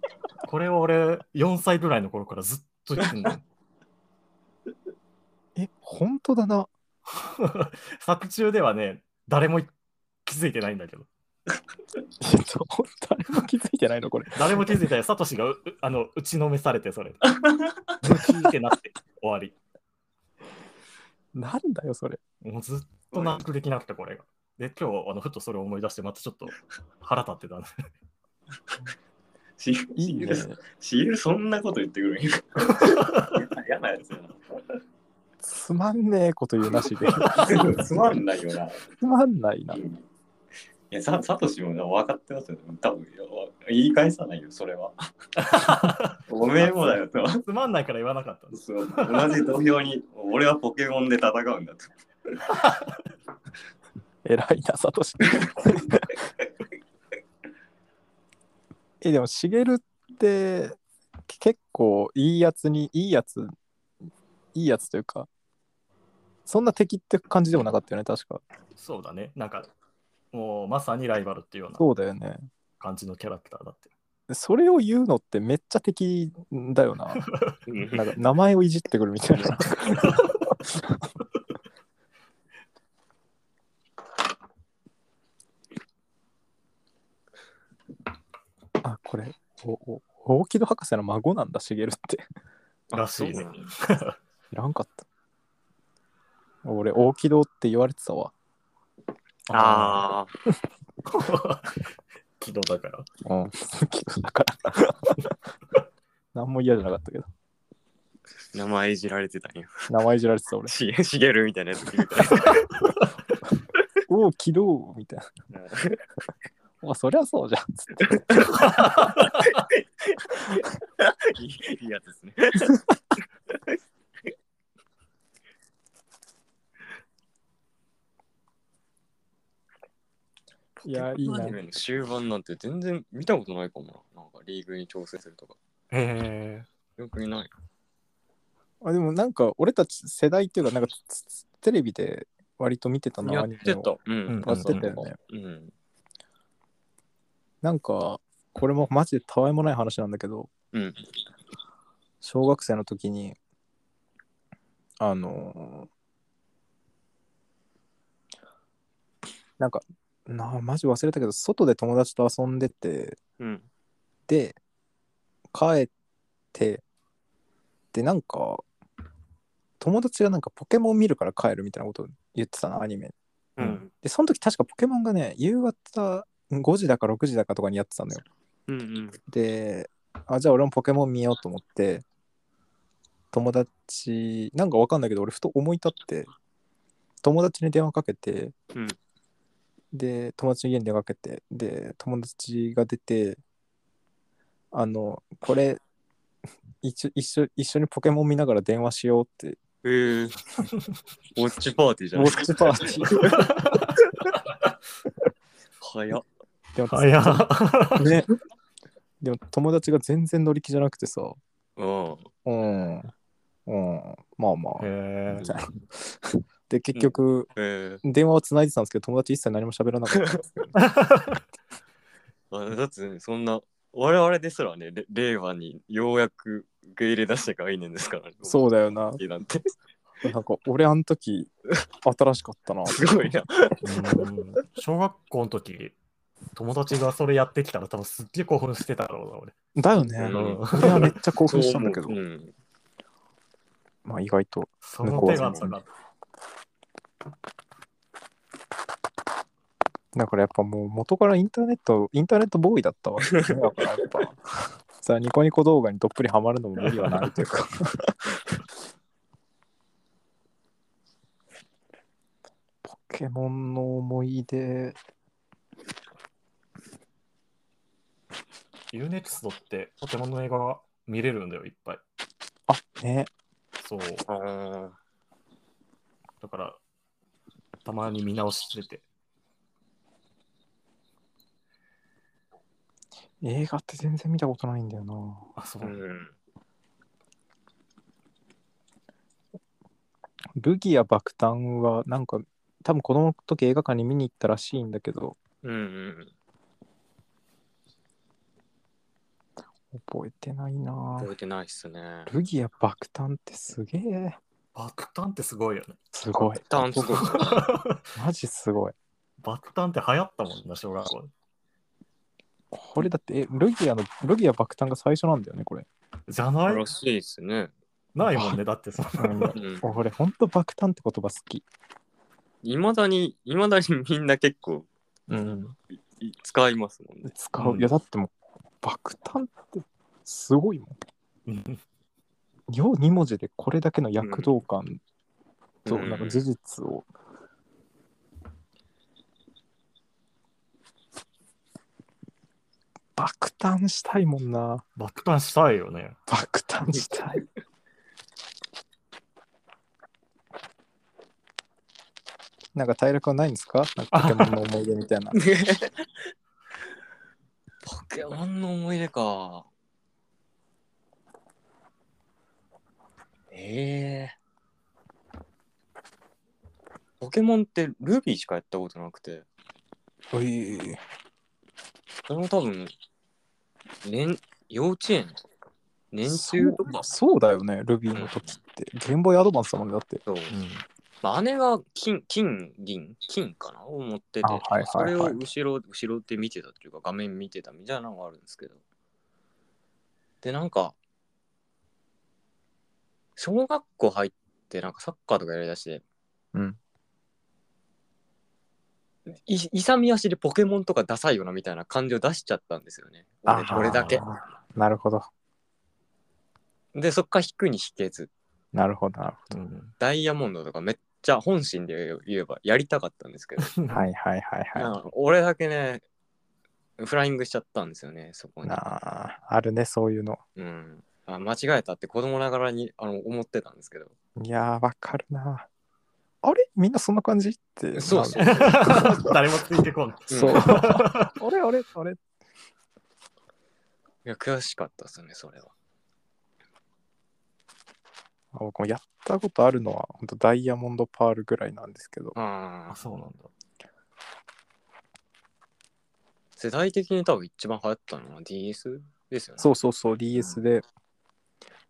S3: これを俺4歳ぐらいの頃からずっと言ってんだよ。
S1: え、本当だな。
S3: 作中ではね、誰も気づいてないんだけど、
S1: えっと、誰も気づいてないの、これ。
S3: 誰も気づいてない、サトシがううあの打ちのめされて、それ。気づいてなくて終わり。
S1: なんだよ、それ。
S3: もうずっと納得できなくて、これが。で、今日、あのふとそれを思い出して、またちょっと腹立ってたね。
S2: し
S1: いいね。
S2: しげるそんなこと言ってくるんや。嫌なやつや
S1: つまんねえこと言うなしで。
S2: な。つまんないよな。
S1: つまんないな。
S2: いや、さサトシもな分かってますよ。多分いやわ言い返さないよ、それは。おめえもだよと。
S3: つまんないから言わなかったんです。
S2: そう同じ土俵に、俺はポケモンで戦うんだと。
S1: 偉いな、サトシ。 え、でも、しげるって、け結構いいやつに、いいやつ、いいやつというか、そんな敵って感じでもなかったよね、確か。
S3: そうだね。なんか、もうまさにライバルっていうような
S1: そうだよね。
S3: 感じのキャラクターだって。
S1: それを言うのってめっちゃ敵だよな。なんか名前をいじってくるみたい な。あ、これ、お、お、大木戸博士の孫なんだ、しげるって。
S3: らしい
S8: そうな。
S3: ね
S8: の
S1: いらんかった。俺、大木戸って言われてたわ。
S4: ああ。
S3: あ。軌道だから。
S1: うん、だから。何も嫌じゃなかったけど。
S4: 名前いじられてたんよ。
S1: 名前いじられてた俺。
S4: ししげるみたいなやつ聞いた。
S1: おお、起動みたい な。あ、そりゃそうじゃん。つって。
S4: いいいいやつですね。
S1: いや、いい
S4: ア
S1: な
S4: ニ。メの終盤なんて全然見たことないかもな。なんかリーグに調整するとか。
S3: へ
S4: よくにない。
S1: あでもなんか、俺たち世代っていうか、なんかつつテレビで割と見てたな、
S4: や
S1: ア
S4: っ
S1: ニ
S4: て
S1: メ
S4: た
S1: を。。
S4: うんん。
S1: やってたよね。
S4: うん。
S1: なんか、これもマジでたわいもない話なんだけど、
S4: うん。
S1: 小学生の時に、あのなんか、なマジ忘れたけど、外で友達と遊んでて、
S4: うん。
S1: で帰ってでなんか友達がなんかポケモン見るから帰るみたいなことを言ってたなアニメ
S3: う
S4: うんん。
S1: でその時確かポケモンがね夕方5時だか6時だかとかにやってたのよ
S4: うん。
S1: であじゃあ俺もポケモン見ようと思って友達なんかわかんないけど俺ふと思い立って友達に電話かけて、
S4: うん
S1: で友達の家に出かけてで友達が出てあのこれ一緒一緒一緒にポケモン見ながら電話しようって
S4: え ー。ウォッチパーティーじ
S1: ウ
S4: ゃな
S1: ォ
S4: い
S1: ッチパーティー
S4: 早っ。
S1: でも
S3: 早っ。
S1: ねでも友達が全然乗り気じゃなくてさ
S4: うん。
S1: うんうんまあまあ
S3: へ
S1: みたい な。で、結局、
S4: えー
S1: 電話をつないでたんですけど、友達一切何も喋らなかったんですけど
S4: あ。だってね、そんな、我々ですらね、れ令和にようやく受け入れ出した概念ですからね。
S1: そうだよな。
S4: いいなんて。
S1: なんか、俺、あの 時、新しかったな。
S4: すごいな。
S3: うん小学校の時、友達がそれやってきたら多分すっげえ興奮してたろう
S1: だよね
S3: な、。俺。
S4: うん
S1: 俺はめっちゃ興
S4: そう
S1: 奮
S4: 思
S1: したんだけど
S4: う、うん。
S1: まあ、意外と。
S3: その手があったか。
S1: だから、やっぱもう、元からインターネット、インターネットボーイだったわけですね。だから、やっぱ、 さあ、ニコニコ動画にどっぷりハマるのも無理はないというか。 ポケモンの思い出、
S3: UNEXT ってポケモンの映画が見れるんだよ、いっぱい。
S1: あね、
S3: そう。
S4: ああ。
S3: だから、たまに見直してて。
S1: 映画って全然見たことないんだよな。
S3: あ、そうう。
S4: ん。
S1: ブギや爆弾はなんか多分子供の時映画館に見に行ったらしいんだけど
S4: うんうん。
S1: 覚えてないなぁ
S4: 覚えてないっすね。
S1: ブギや爆弾ってすげえ
S3: 爆弾ってすごいよね。
S1: すごい
S4: ダンスごい。
S1: マジすごい
S3: 爆弾って流行ったもんな、小学校。
S1: これだってえルギアのルギア爆弾が最初なんだよねこれ
S3: じゃない
S4: らしいっすね。
S3: な いもんね、だってそんな。
S4: うん。
S1: 俺ほんと爆弾って言葉好き
S4: いまだに、いまだにみんな結構
S1: うん
S4: い使いますもんね。
S1: 使う、
S3: うん
S1: いやだってもう爆弾ってすごいも
S3: うん
S1: んよう2文字でこれだけの躍動感と
S4: うん
S1: なんか事実を、爆誕したいもんな
S3: 爆弾したいよね。
S1: 爆誕したいなんか体力はないんですかなんかポケモンの思い出み たいな
S4: ポケモンの思い出か。ええポケモンってルビーしかやったことなくて、
S1: おい
S4: それも多分、年、幼稚園年中とか。
S1: そうそうだよね、ルビーの時って。ゲームボーイアドバンスだもんね、だって。
S4: そう。
S3: うん
S4: まあ、姉が金、金、銀、金かなを持ってて、
S1: あはいはいはい
S4: それを後ろ、後ろって見てたっていうか、画面見てたみたいなのがあるんですけど。で、なんか、小学校入って、なんかサッカーとかやりだして、
S9: うん
S4: い。勇み足でポケモンとかダサいよなみたいな感情出しちゃったんですよね。俺
S3: あー
S4: 俺だけ。
S1: なるほど。
S4: で、そっから引くに引けず、
S1: なるほど、なる
S3: うん
S4: ダイヤモンドとかめっちゃ本心で言えばやりたかったんですけど、
S1: ほど。はいはいはい
S4: な
S1: は
S4: んか俺だけね、フライングしちゃったんですよね、そこ
S1: い。
S4: に
S1: な。あ、あるね、そういうの。
S4: うん、あ間違えたって子供ながらにあの思ってたんですけど。
S1: いやー、わかるな。あれみんなそんな感じって。
S4: そうそう
S1: なる
S3: 誰もついてこん。
S1: そう。 あれあれあれ
S4: いや、悔しかったですね、それは。
S1: あ僕もやったことあるのは、本当ダイヤモンドパールぐらいなんですけど。
S4: あ
S3: あ、
S4: ー
S3: そうなんだ。
S4: 世代的に多分一番流行ったのは DS ですよね。。
S1: そううそうそう、DS で。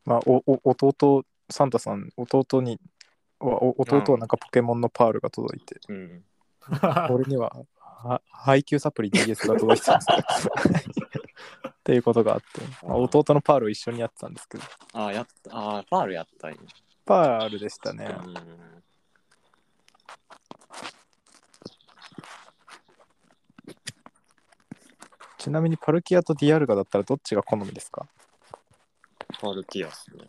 S1: まあ、おお弟、サンタさん、弟に、おお弟はなんかポケモンのパールが届いて、
S4: ん、
S1: 俺にはは配給サプリ DS が届いてたんですよっていうことがあって、まあ弟のパールを一緒にやってたんですけど、
S4: あーやった。あーパールやった今
S1: パールでしたね。
S4: うん
S1: ちなみにパルキアとディアルガだったらどっちが好みですか
S4: パールティアスね。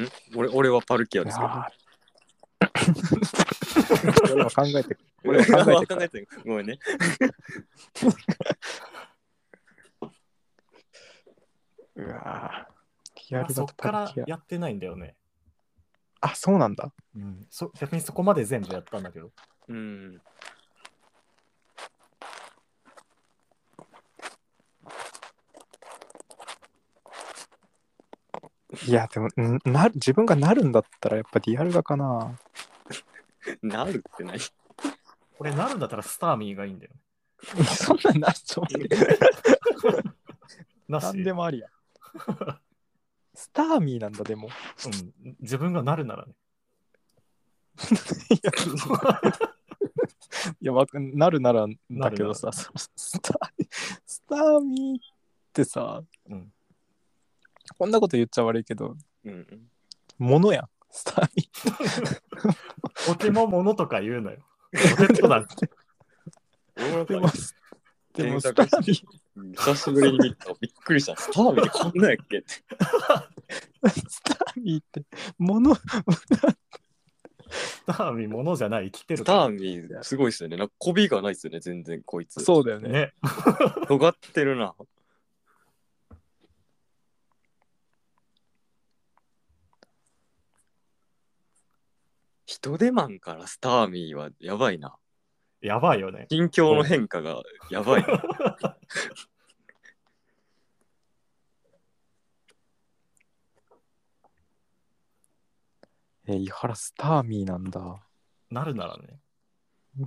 S4: ん俺俺はパルキアですけど。
S1: あー俺は考えて、俺は考えてから
S4: 考えてる。ごめんね。
S1: うわーディア
S3: まあ
S1: ルガ
S3: そっ
S1: と
S3: か
S1: パ
S3: ら
S1: ルキア。
S3: やってないんだよね。
S1: あ、そうなんだ。
S3: うん、そ逆にそこまで全部やったんだけど。
S4: うん。
S1: いや、でも、んな自分がなるんだったらやっぱディアルガかな。
S4: なるって何
S3: 俺、なるんだったらスターミーがいいんだよね。
S1: そんなんなっちゃう。
S3: なし、
S1: なんでもあり や。スターミーなんだ、でも。
S3: うん、自分がなるならね。
S1: いや、いやわかなるならだけどさ、
S3: なる
S1: そスタースターミーってさ、
S3: うん
S1: こんなこと言っちゃ悪いけど、
S4: うん。
S1: ものやん。スター ミ
S3: ポケモンものとか言うなよ。ポケットだ。
S1: ーでも、でもス
S4: 検
S1: タ
S4: 索
S1: ーミー、
S4: 久しぶりに見た。びっくりした。スター見てこんなんやっけって。
S1: スターミーって、もの、
S3: スターミーものじゃない、生きて
S4: ス
S3: る
S4: タ
S3: か
S4: ーミーすごいっすよね。なんか媚びがないっすよね、全然こいつ。
S1: そうだよ
S3: ら。
S1: ね。
S3: ね。
S4: 尖ってるな。人手マンからスターミーはやばいな。
S3: やばいよね。
S4: 近況の変化がやばいな。
S1: えー、井原スターミーなんだ。
S3: なるならね。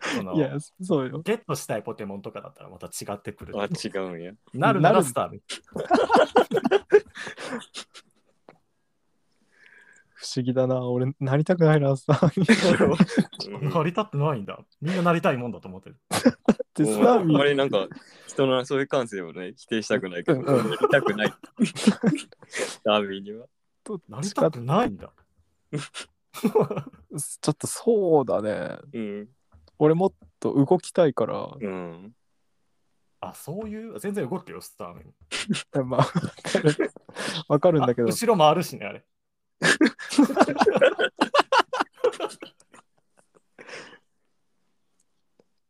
S3: その
S1: いや、そうよ。
S3: ゲットしたいポケモンとかだったらまた違ってくる
S4: あ、
S3: け
S4: 違
S3: ど。
S4: う んや。
S3: なるならスターミー。
S1: 不思議だな。俺、なりたくないな、 スターミー。
S4: うん
S3: なりたってないんだ。みんななりたいもんだと思ってる。
S1: で
S4: もう
S1: スター
S4: あん
S1: ミー
S4: まりなんか人のそういう感性をね否定したくないけど、
S1: うんうん
S4: やりたくないスターミーには
S1: と
S3: なり
S1: 近
S3: た
S1: っ
S3: くないんだ。
S1: ちょっとそうだね。
S4: うん
S1: 俺もっと動きたいから、
S4: うん
S3: あ、そういう、全然動くよ、スターミー。
S1: まあ、わかるわかるんだけど
S3: あ、後ろ回るしね、あれ。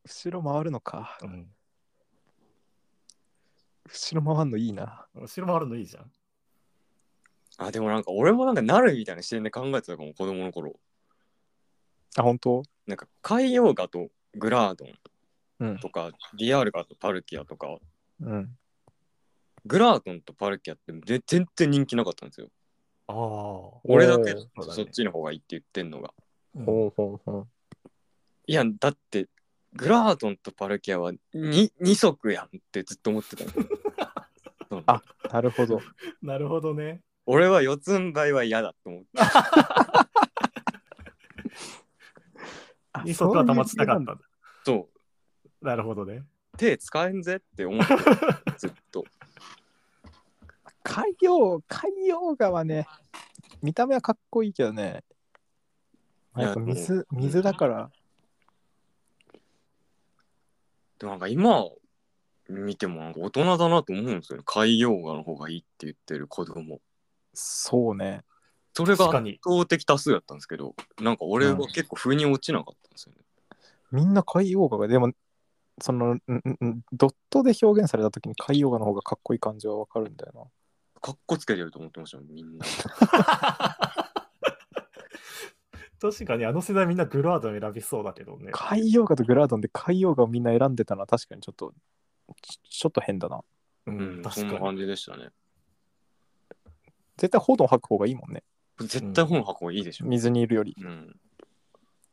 S1: 後ろ回るのか。
S3: うん
S1: 後ろ回るのいいな。
S3: 後ろ回るのいいじゃん。
S4: あでもなんか俺もなんかなるみたいな視点で考えてたかも子供の頃
S1: あ、本当
S4: なんか海洋画とグラードン
S1: うん。
S4: とかディアルガとパルキアとか
S1: うん。
S4: グラードンとパルキアって全然人気なかったんですよ
S3: ああ。
S4: 俺だけ
S3: そうだね
S4: そっちの方がいいって言ってんのが。
S3: うん
S1: ほうほうほう。
S4: いや、だって、グラードンとパルキアは 2, 二足やんってずっと思って たのそう
S1: あなるほど。
S3: なるほどね。
S4: 俺は四つん這いは嫌だと思って。
S3: 二足は保ちたかったんだ。
S4: そう。
S3: なるほどね。
S4: 手使えんぜって思って たずっと。
S1: 海洋、海洋画はね、見た目はかっこいいけどね、
S4: いや
S1: やっぱ水、水だから、
S4: でもなんか今見てもなんか大人だなと思うんですよね。海洋画の方がいいって言ってる子供。
S1: そうね。
S4: それが
S3: 確
S4: 圧
S3: かに。
S4: 倒的多数だったんですけど、なんか俺は結構風に落ちなかったんですよね。
S1: みんな海洋画が、でも、その、んんんドットで表現されたときに海洋画の方がかっこいい感じはわかるんだよな。
S4: かっこつけてると思ってましたよ、みんな。
S3: 確かにあの世代みんなグラード選びそうだけどね。
S1: 海洋画とグラードンで海洋画をみんな選んでたのは確かにちょっと、ちちょっと変だな。
S3: う
S4: うん
S3: ん、、
S4: そん
S3: 確
S4: な
S3: か
S4: 感
S3: に。
S4: じでしたね。
S1: 絶対炎吐く方がいいもんね。
S4: 絶対本箱いいでしょ。
S1: 水にいるより。
S4: うん。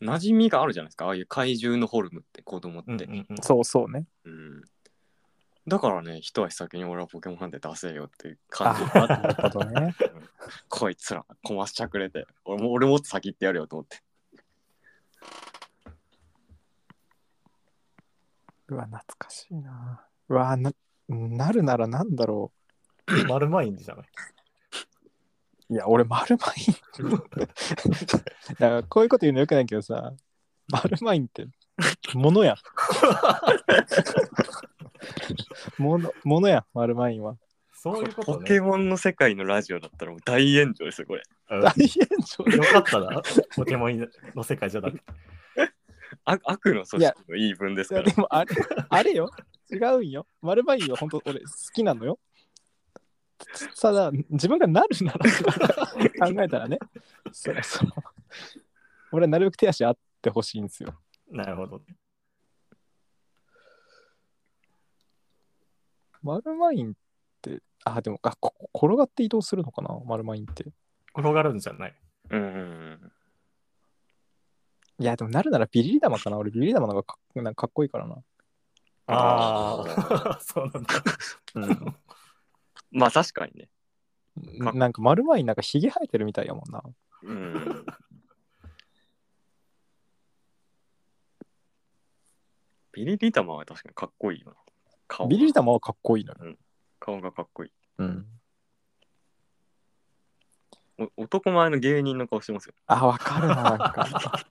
S4: 馴染みがあるじゃないですか、ああいう怪獣のフォルムって子供って。
S3: うんうんうん
S1: そうそうね。
S4: うんだからね、一足先に俺はポケモンなんて出せよっていう感じになって
S1: なる ほどね。
S4: こいつら、こましちゃくれて、俺も俺もっと先行ってやるよと思って。
S1: うわ、懐かしいな。うわ、な、なるならなんだろ。
S3: 丸まいんじゃないう
S1: いや、俺、丸マイン。 だからこういうこと言うのよくないけどさ、丸マインって、ものやん。もの、ものやん、丸マインは。
S3: そういうこと
S4: ポ
S3: ね。
S4: ケモンの世界のラジオだったらもう大炎上ですよ、これ。
S1: 大
S3: う
S1: 炎上
S3: んよかったな。ポケモンの世界じゃなくて。
S4: あ悪の組織の言い分です
S1: い
S4: か
S1: や
S4: ら
S1: で。もあれ、あれよ。違うんよ。丸バインは本当俺好きなのよ。ただ、自分がなるなら考えたらね。そうそう。俺はなるべく手足あってほしいんですよ。
S3: なるほど。
S1: 丸バインって、あ、でも、あこ転がって移動するのかな丸バインって。
S3: 転がるんじゃない
S4: うんうんうん。
S1: いや、でもなるならビリリ玉かな俺ビリリ玉の方がかなんかかっこいいからな。
S3: あ
S4: あ
S3: あ、 そうなんだ。
S1: うん
S4: まあ確かにね。かっ
S1: なんか丸バインなんかひげ生えてるみたいやもんな。
S4: うん。ビリリ玉は確かにかっこいいよな。顔
S1: ビリリ玉はかっこいいのよ。
S4: 顔がかっこいい。
S1: うん。
S4: お男前の芸人の顔してますよ。
S1: あ、わかる な、なんか。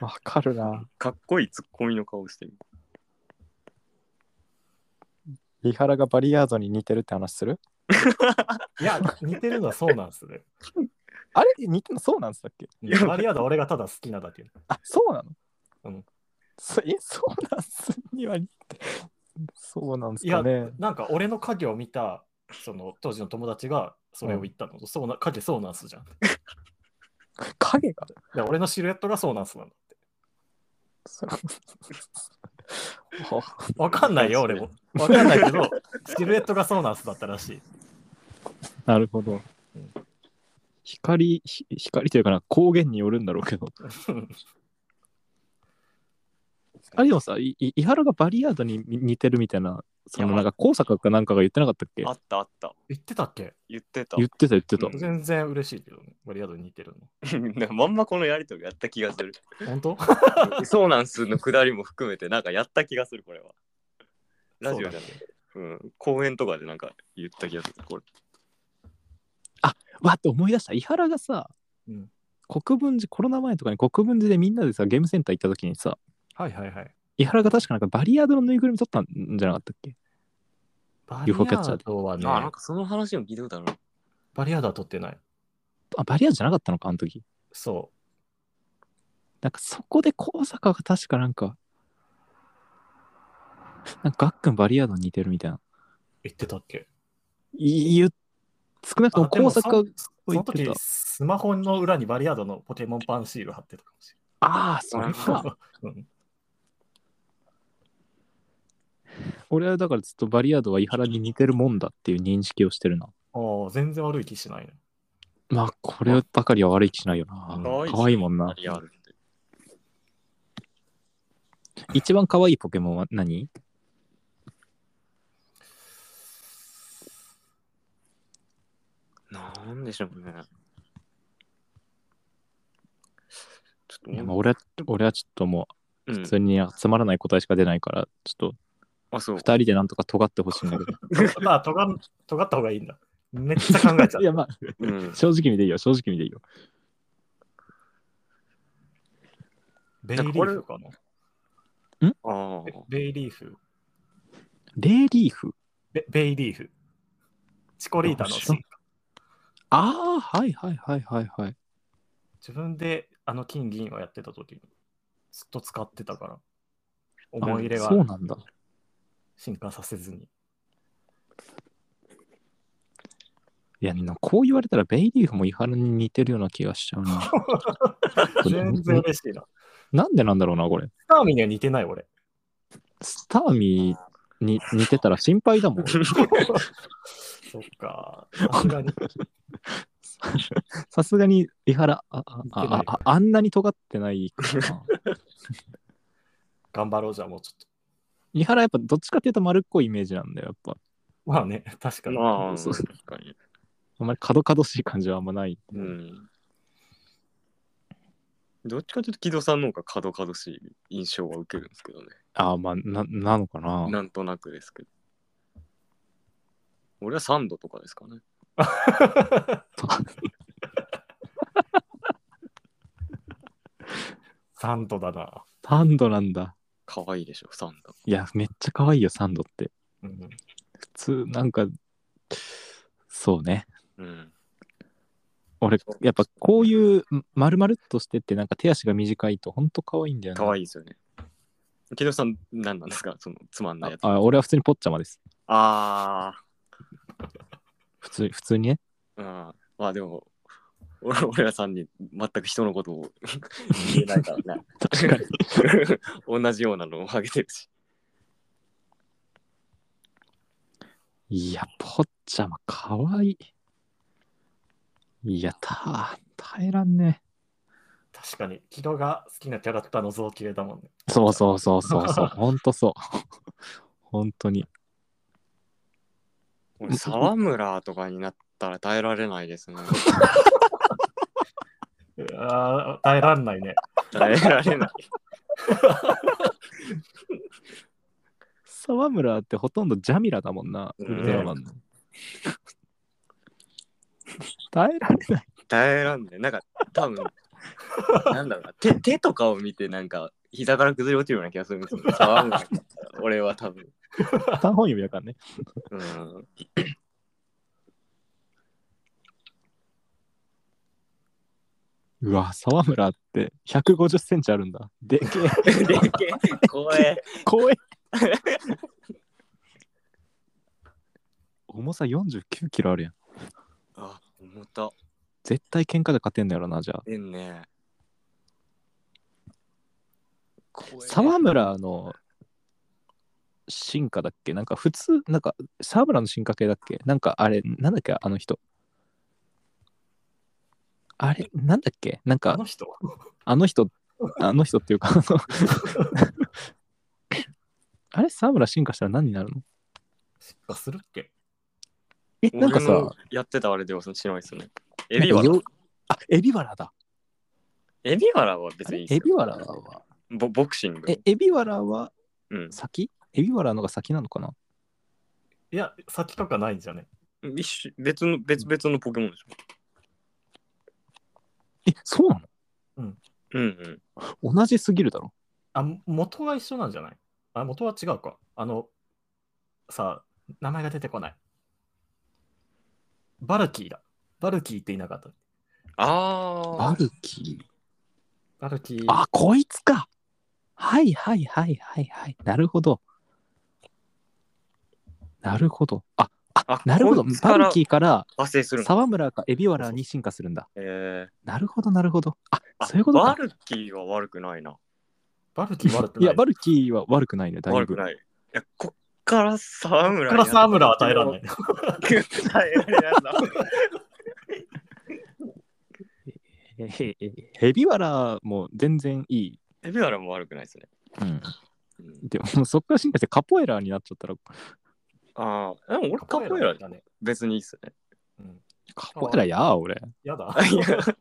S1: わかるな。
S4: かっこいいツッコミの顔してる。
S1: 伊原がバリヤードに似てるって話する
S3: いや、似てるのはそうなんです ね。
S1: あれ似てるのそうなんですだっけ
S3: いや、マリアード俺がただ好きなだけ。
S1: あ、そうなの
S3: うん。
S1: そえ、そうなんすには似てそうなんす
S3: いや
S1: かね。
S3: なんか俺の影を見た、その当時の友達がそれを言ったの。そうな影そうなんすじゃん。
S1: 影が。
S3: で俺のシルエットがそうなんすな の。
S1: そ は
S3: わかんないよ、
S4: そう
S3: 俺
S4: ですね
S3: も。わかんないけど、シルエットがそうなんすだったらしい。
S1: なるほど。光、ひ光というかな、光源によるんだろうけ ど。あれでもさ、いい伊原がバリヤードに似てるみたいな、そ
S4: い
S1: の
S4: や
S1: なんか高坂かなんかが言ってなかったっけ
S4: あったあった。
S3: 言ってたっけ
S4: 言ってた。
S1: 言ってた言ってた。
S4: うん
S3: 全然嬉しいけどね。マリアードに似てる
S4: なん かまんまこのやりとりやった気がする。
S3: の。本当
S4: そうなんすのくだりも含めて、なんかやった気がする、これは。ラジオじゃない
S3: そうだね。
S4: うん、公演とかでなんか言った気がする。これ
S1: わって思い出した伊原がさ、
S3: うん
S1: 国分寺コロナ前とかに国分寺でみんなでさゲームセンター行った時にさ
S3: はいはいはい。
S1: 伊原が確かなんかバリアードのぬいぐるみ取ったんじゃなかったっけ
S3: バリア
S1: UFO キャッチャー
S3: ードはね、
S4: あ、なんかその話も聞いたことあるな。
S3: バリアードは取ってない。
S1: あバリアードじゃなかったのかあの時
S3: そ
S1: なんかそこで高坂が確かなんかなんかガックンバリアードに似てるみたいな
S3: う。言ってたっけ
S1: い言う少なくとも
S3: あでも
S1: 高坂を
S3: そそ
S1: 言
S3: の
S1: って
S3: 時
S1: た、
S3: スマホの裏にバリアードのポケモンパンシール貼ってたかもし
S1: ああそれ
S3: れな
S1: か
S3: い。 うん
S1: 俺はだからずっとバリアードは伊原に似てるもんだっていう認識をしてるな
S3: ああ、全然悪い気しないね。
S1: まあ、こればかりは悪い気しないよな。
S4: 可愛い
S1: 可愛いもんな。
S4: リアルって。
S1: 一番可愛いポケモンは何
S4: なんでしょうね。ちょっと
S1: いや
S4: も
S1: まあ
S4: う、
S1: 俺は俺はちょっとも
S4: う
S1: う、普
S4: ん、
S1: 通につまらない答えしか出ないから、ちょっと
S4: あ、そう
S1: 二。人でなんとか尖ってほしいんだけど。
S3: まあ、とが、尖った方がいいんだ。めっ ちゃ考えち ゃ
S1: い
S3: う。
S1: や、まあ、
S4: うん。
S1: 正直にでいいよ、正直にでいいよ。
S3: ベイリーフかな
S4: あ
S3: ベ
S4: あ。
S3: ベイリーフ。
S1: レイリーフ
S3: ベベイリーフ。チコリータの進化。
S1: ああ、はいはいはいはいはい。
S3: 自分であの金銀をやってた時に、ずっと使ってたから、思い入れ
S1: あ
S3: は
S1: そうなんだ。
S3: 進化させずに。
S1: いや、なこう言われたらベイリーフもイハルに似てるような気がしちゃうな。
S3: 全然嬉しいな。
S1: なんでなんだろうな、これ。
S3: スターミンには似てない俺。
S1: スターミーに似てたら心配だ もん。
S3: そっか。さすがに。
S1: さすがに、伊原、ああ
S3: 似てない
S1: あああんなに尖ってないからな。
S3: 頑張ろうじゃあもうちょっ
S1: 伊原やっぱどっちかっていうと丸っこいイメージなんだよ、やっぱ。
S3: と。まあね、確かに。
S4: ま あ、
S1: そう
S4: 確かに。
S1: あんまり角々しい感じはあんまない。
S4: うん。どっちかというと、木戸さんの方が角々しい印象は受けるんですけどね。
S1: ああ、まあ、な、なのか な。
S4: なんとなくですけど。俺はサンドとかですかね。
S3: サンドだな。
S1: サンドなんだ。
S4: 可愛いでしょ、サンド。
S1: いや、めっちゃ可愛いよ、サンドって。
S3: うん、
S1: 普通、なんか、そうね。
S4: うん。
S1: 俺、やっぱこういう丸々っとしてって、なんか手足が短いと、ほんと可愛いんだよね。
S4: 可愛いですよね。木戸さん、何なんですかそのつまんないやつ。
S1: ああ俺は普通にポッチャマです。
S4: あ
S1: 普通普通にね。
S4: あー。うん。まあでも、俺 俺らさんに全く人のことを 言えないからね。
S1: 確かに。
S4: 同じようなのをあげてるし。
S1: いや、ポッチャマ可愛い。いや、た、耐えらんね
S3: 確かに、キドが好きなキャラクターの造形だもんね。
S1: え。そうそうそうそう そう、ほんとそう。ほんとに。
S4: 俺、沢村とかになったら耐えられないですね。
S3: あ耐えらんないね。
S4: 耐えられない。
S1: 沢村ってほとんどジャミラだもんな、ウ
S4: うん
S1: ルトラマンの。耐えられない。
S4: 耐えらんねなんか、多分なんだろうな手、手とかを見て、なんか、膝から崩れ落ちるような気がするんですよね。沢村になったら俺は多分。
S1: 3本指だからね。
S4: うん。
S1: うわ、沢村って150センチあるんだ。でけえ。
S4: で けえ怖え。
S1: 怖え。重さ49キロあるやん。
S4: あ、重た。
S1: 絶対喧嘩で勝てんだよなじゃあ
S4: でんね。怖え
S1: 沢村の進化だっけなんか普通なんか沢村の進化系だっけなんかあれなんだっけあの人あれなんだっけなん
S3: あ
S1: か
S3: の人
S1: あの人あの人っていう かあのあれ沢村進化したら何になるの
S3: 失敗するっけ
S1: えなんか
S4: 俺の
S1: さ
S4: やってたあれではその白いですね。エビワ
S1: な
S4: ラ
S1: んか。よあエビワラだ
S4: エビワラは
S1: あ
S4: 別に
S1: れ
S4: いいです
S1: エ
S4: よ
S1: ビワラは
S4: ボボクシング
S1: え。エビワラは
S4: うん。
S1: 先エビワラのが先なのかない
S3: や、先とかないんじゃね。
S4: 一種別の、別々のポケモンでしょ。
S1: えそうな
S4: うんうん。
S1: の同じすぎるだろ
S3: あ、元が一緒なんじゃないあ、元は違うか。あの、さあ、名前が出てこない。バルキーだ。バルキーって言いなかった。
S4: ああ。
S1: ルキー
S3: バルキー。
S1: あ、こいつか。はいはいはいはいはい。なるほど。なるほど。あ、
S4: あ
S1: なるほど。バルキ
S4: ー。
S1: ーから
S4: 発生するの。
S1: 沢村かエビワラに進化するんだ。
S4: え
S1: なるほどなるほど。あ、
S4: ー、
S1: そういうこと
S4: バ
S1: か。
S4: ルキーは悪くないな。
S3: バルキー悪くない
S1: い。や、バルキーは悪くないね。だい
S4: 悪く
S1: ぶ。
S4: ない。いや、こっから沢村。
S3: これは沢村は耐えられない い。
S4: 耐えられないな。
S1: へへへ ヘビワラも全然いい。
S4: エビワラも悪くないですね。
S1: うん、でももうそっから進化してカポエラーになっちゃったら
S4: ああ、でも俺カポエラ
S3: だね。
S4: 別にいいっすね。
S3: うん。
S1: カポエラやー俺。
S3: やだ。
S4: いや
S1: カ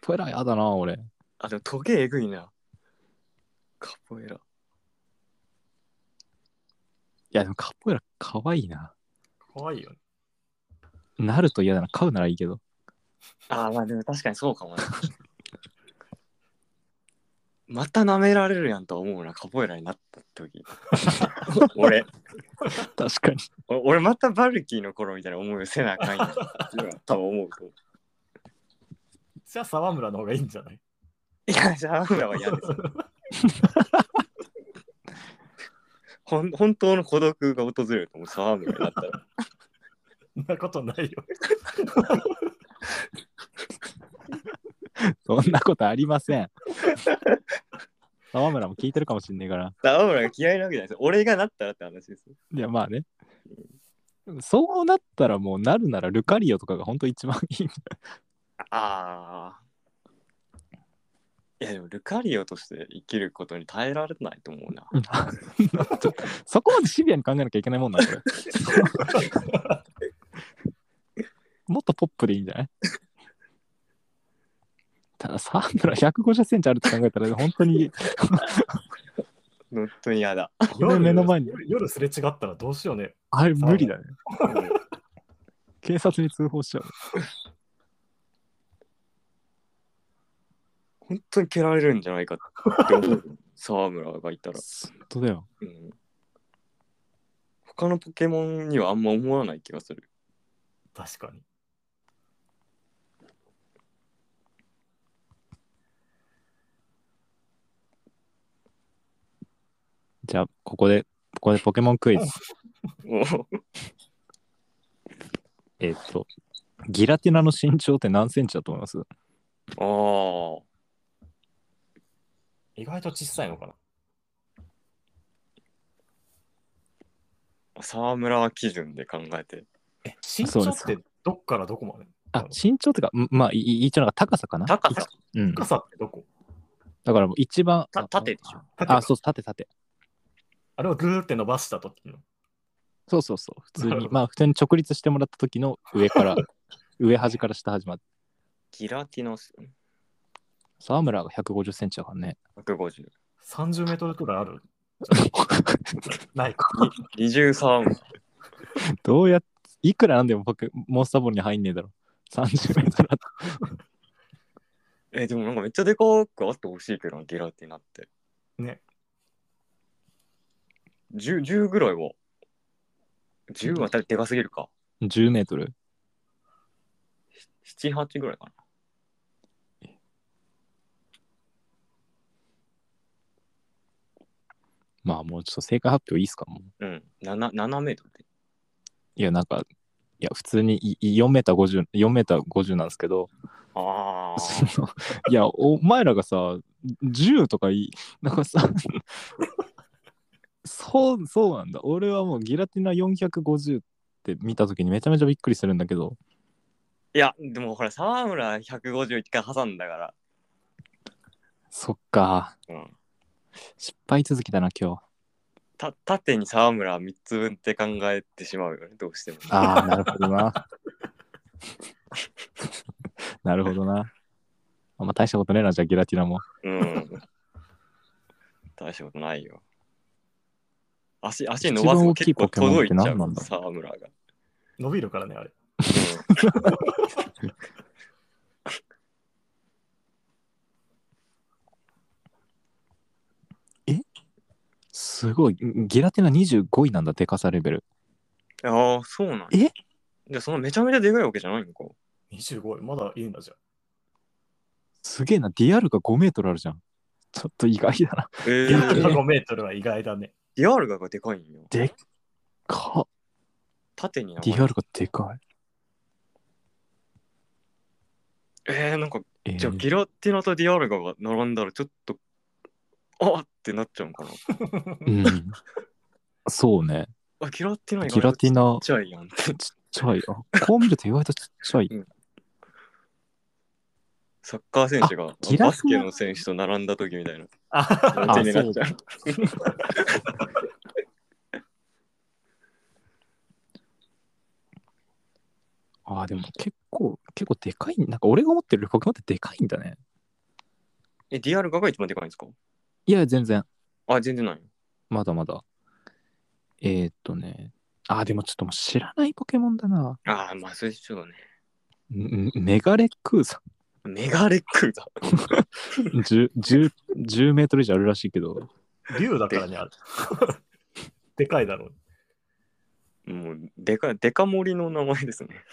S1: ポエラやだな俺。
S4: あ、でもトゲえぐいな。カポエラ。
S1: いやでもカポエラかわいいな。
S3: 怖いよね。
S1: なると嫌だな。飼うならいいけど。
S4: ああ、まあでも確かにそうかもね。また舐められるやんとは思うな、カポエラになった 時。俺、
S1: 確かに。
S4: お俺またバルキーの頃みたいな思いをせなあかんやん。多分思うと思。
S3: じゃあ沢村の方がいいんじゃないう
S4: いや、じゃあ、フラは嫌です。ほん本当の孤独が訪れると思う、沢村になったら。
S3: そんなことないよ。
S1: そんなことありません。沢村も聞いてるかもしんねえから。
S4: 沢村が嫌いなわけじゃないです。俺がなったらって話です。
S1: いやまあね。そうなったらもうなるならルカリオとかが本当一番いい。
S4: ああ。いやでもルカリオとして生きることに耐えられないと思うな。
S1: そこまでシビアに考えなきゃいけないもんなんだよ。 もっとポップでいいんじゃないただ沢村150センチあるって考えたら本当に
S4: 本当に嫌だ。
S1: これ目の前に
S3: 夜夜すれ違ったらどうしようね。
S1: あれ無理だね。警察に通報しちゃう。
S4: 本当に蹴られるんじゃないかって思う。沢村がいたら、
S1: 本当だよ。
S4: うん他のポケモンにはあんま思わない気がする。
S3: 確かに。
S1: じゃあここでここでポケモンクイズ。
S4: もう
S1: えーっとギラティナの身長って何センチだと思います
S4: ああ。
S3: 意外と小さいのかな。
S4: 沢村基準で考えて。
S3: え、身長ってどっからどこまで
S1: あ身長ってかんまあいい一応なんか高さかな
S4: 高さ、
S1: うん、
S3: 深さってどこ
S1: だからもう一番
S4: た縦でしょ。
S1: あそうそう縦縦
S3: あれをぐーって伸ばした時の。
S1: そうそうそう普通
S3: なる
S1: に
S3: ほど
S1: まあ普通に直立してもらった時の上から上端から下端まで
S4: ギラティノス
S1: 沢村が150センチだからね
S4: 150。
S3: 30メートルくらいあるないか。
S4: 二重沢村。
S1: どうやっいくらなんでも僕モンスターボールに入んねえだろ30メートルあった
S4: え、でもなんかめっちゃでかくあってほしいけどな、ギラティナって。
S3: ね。
S4: 10, 10ぐらいは。10はでかすぎるか。
S1: 10メートル
S4: 7、8ぐらいかな。
S1: まあもうちょっと正解発表いいっすかもう
S4: うん。7, 7メートルって。
S1: いやなんかいや普通にいい4メーター50 4メーター50なんですけど
S4: あ あ。
S1: そのいやお前らがさ10とかいいなんかさ そうそうなんだ俺はもうギラティナ450って見た時にめちゃめちゃびっくりするんだけど
S4: いや、でもほら、沢村151回挟んだから。
S1: そっか
S4: うん。
S1: 失敗続きだな今日
S4: た縦に沢村3つ分って考えてしまうよね、どうしても。
S1: ああなるほどな なるほどなあんま大したことねえなじゃあギラティナも
S4: うん。大したことないよ。足、足
S1: 一
S4: 伸
S1: 番
S4: ばすと
S1: 大き
S4: 結
S1: い
S4: 構
S1: ポケモンっ
S4: 届い
S1: て
S4: ちゃ
S1: 何なん
S4: う、
S1: だ
S4: 沢村 が。
S3: 伸びるからね、あれ。
S1: すごいギラティナ25位なんだでかさレベル
S4: ああ、そうなんだ
S1: え
S4: じゃあそのめちゃめちゃでかいわけじゃないのか。
S3: 25位、まだいいんだじゃん。
S1: すげえな DR が5メートルあるじゃんちょっと意外だな
S4: え
S3: いや、
S4: ー、
S3: 5メートルは意外だね。
S4: ディアルガがでかいんよ。
S1: かっ
S4: 縦にな
S1: DR がでか
S4: えー、なんか、
S1: い。えー
S4: じゃあギラティナとディアルガが並んだらちょっと、あっってなっちゃうんかな。
S1: うん、そうね。
S4: あ、ギラティナ意
S1: ギラ
S4: 外と
S1: テ
S4: ち
S1: ィナ、ちっ
S4: っちゃいやんって。
S1: ちゃい。あこう見ると意外とちっちゃい。
S4: サッカー選手が
S1: 気楽な
S4: バスケの選手と並んだ時みたいな
S3: あ
S4: 感じになっちゃう。
S1: ああ、でも結構、結構でかい。なんか俺が思ってるポケモンってでかいんだね。
S4: え、ディアルガが一番でかいんですか
S1: いや、全然。
S4: あ、全然ない。
S1: まだまだ。えー、っとね。ああ、でもちょっともう知らないポケモンだな。
S4: ああ、まあ、それちょっとね。
S1: んんメガレックーさ
S4: メガレックだ。
S1: ん 10, 10, 10メートル以上あるらしいけど。
S3: 竜だからね、あれ。でかいだろう。
S4: もう、でか、でか森の名前ですね。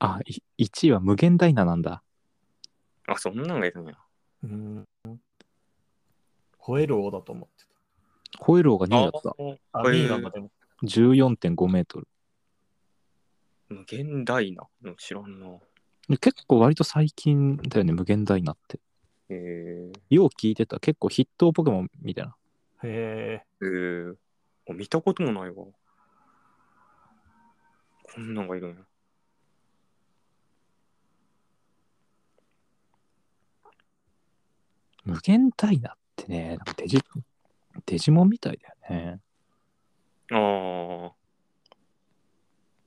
S1: あ、い1位は無限ダイナなんだ。
S4: あ、そんなのがいるんや。
S3: うん。吠える王だと思って
S1: ホエローが2位だった。
S3: た。
S4: ー
S3: あ、
S4: 吠える
S3: 2位なんだ、でも。
S1: 14.5メートル。
S4: 無限大なの知らんな。
S1: で結構割と最近だよね、無限ダイナって。
S4: えー、
S1: よう聞いてた。結構筆頭ポケモンみたいな。
S3: へえ。
S4: えー、あ見たこともないわ。こんなんがいるんや。
S1: 無限ダイナってね、なんかデジ、デジモンみたいだよね。
S4: あー。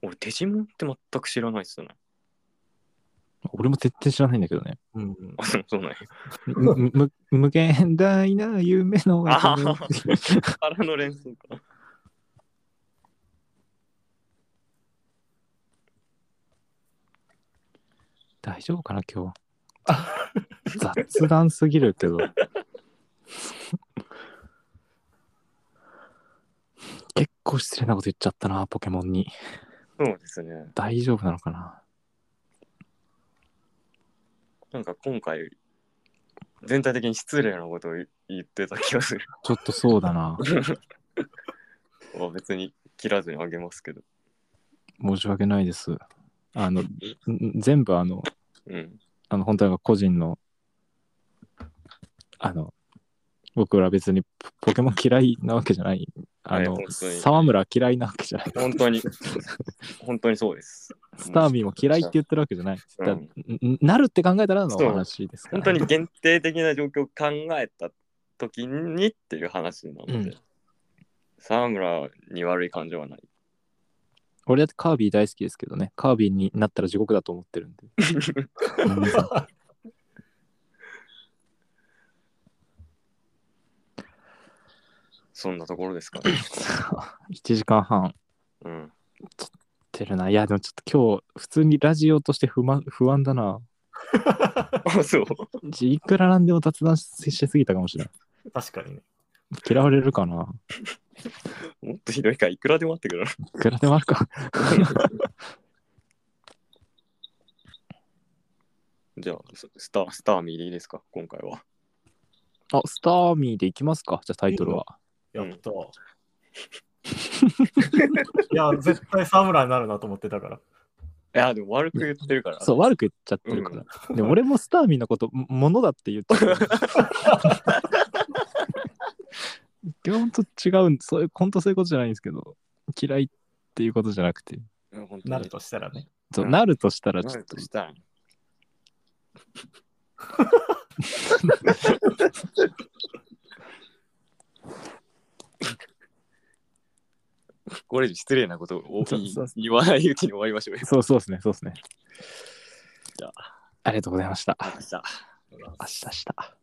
S4: 俺、デジモンって全く知らないっすね。
S1: 俺も絶対知らないんだけどね。
S3: うん。
S4: あ、そうそうなんや。
S1: むむ無限大な夢の
S4: あははからの連想か。
S1: 大丈夫かな今日雑談すぎるけど 結構失礼なこと言っちゃったなポケモンに
S4: そうですね。
S1: 大丈夫なのかな
S4: なんか今回、全体的に失礼なことを言ってた気が する。
S1: ちょっとそうだな
S4: まあ別に切らずにあげますけど。
S1: 申し訳ないですあのん全部あの
S4: うん。
S1: あの本当は個人のあの僕ら別にポポケモン嫌いなわけじゃないあの、
S4: はい本当に
S1: 沢村嫌いなわけじゃない
S4: 本当に、本当にそうです。
S1: スターミーも嫌いって言ってるわけじゃない。
S4: う
S1: だ
S4: ん
S1: んなるって考えたらの
S4: そう
S1: 話ですから
S4: 本当に限定的な状況を考えた時にっていう話なので、
S1: うん
S4: 沢村に悪い感情はない。
S1: 俺だってカービィ大好きですけどね。カービィになったら地獄だと思ってるんで。 うん
S4: そんなところですか ね。
S1: 1時間半
S4: うん。
S1: ってるな。いや、でもちょっと今日、普通にラジオとして不満不安だな。
S4: あ、そう。
S1: いくらなんでも雑談ししすぎたかもしれない。
S3: 確かにね。
S1: 嫌われるかな。
S4: もっとひどいから、いくらでもあってくれる。
S1: いくらでもあるか。
S4: じゃあ、ススター、スターミーでいいですか、今回は。
S1: あ、スターミーでいきますか。じゃあタイトルは。
S3: や った。いや、絶対沢村になるなと思ってたから。
S4: いや、でも悪く言ってるから。
S1: そう、悪く言っちゃってるから。でも俺もスターミーのこと、もものだって言っちゃ ってる。いや、ほんと違うんそういう、ほんとそういうことじゃないんですけど、嫌いっていうことじゃなくて、
S4: うん本当に
S3: なるとしたらね。
S1: そう
S4: うん
S1: なるとしたら
S4: な
S1: ちょっ
S4: る
S1: と
S4: と、し たら。これ以上失礼なことを
S1: そうそう
S4: 言わないうちに終わりましょうよ。
S1: そうそうですね、そうですね
S4: じゃ。
S1: ありがとうございました。
S4: 明日
S1: 明日、明日。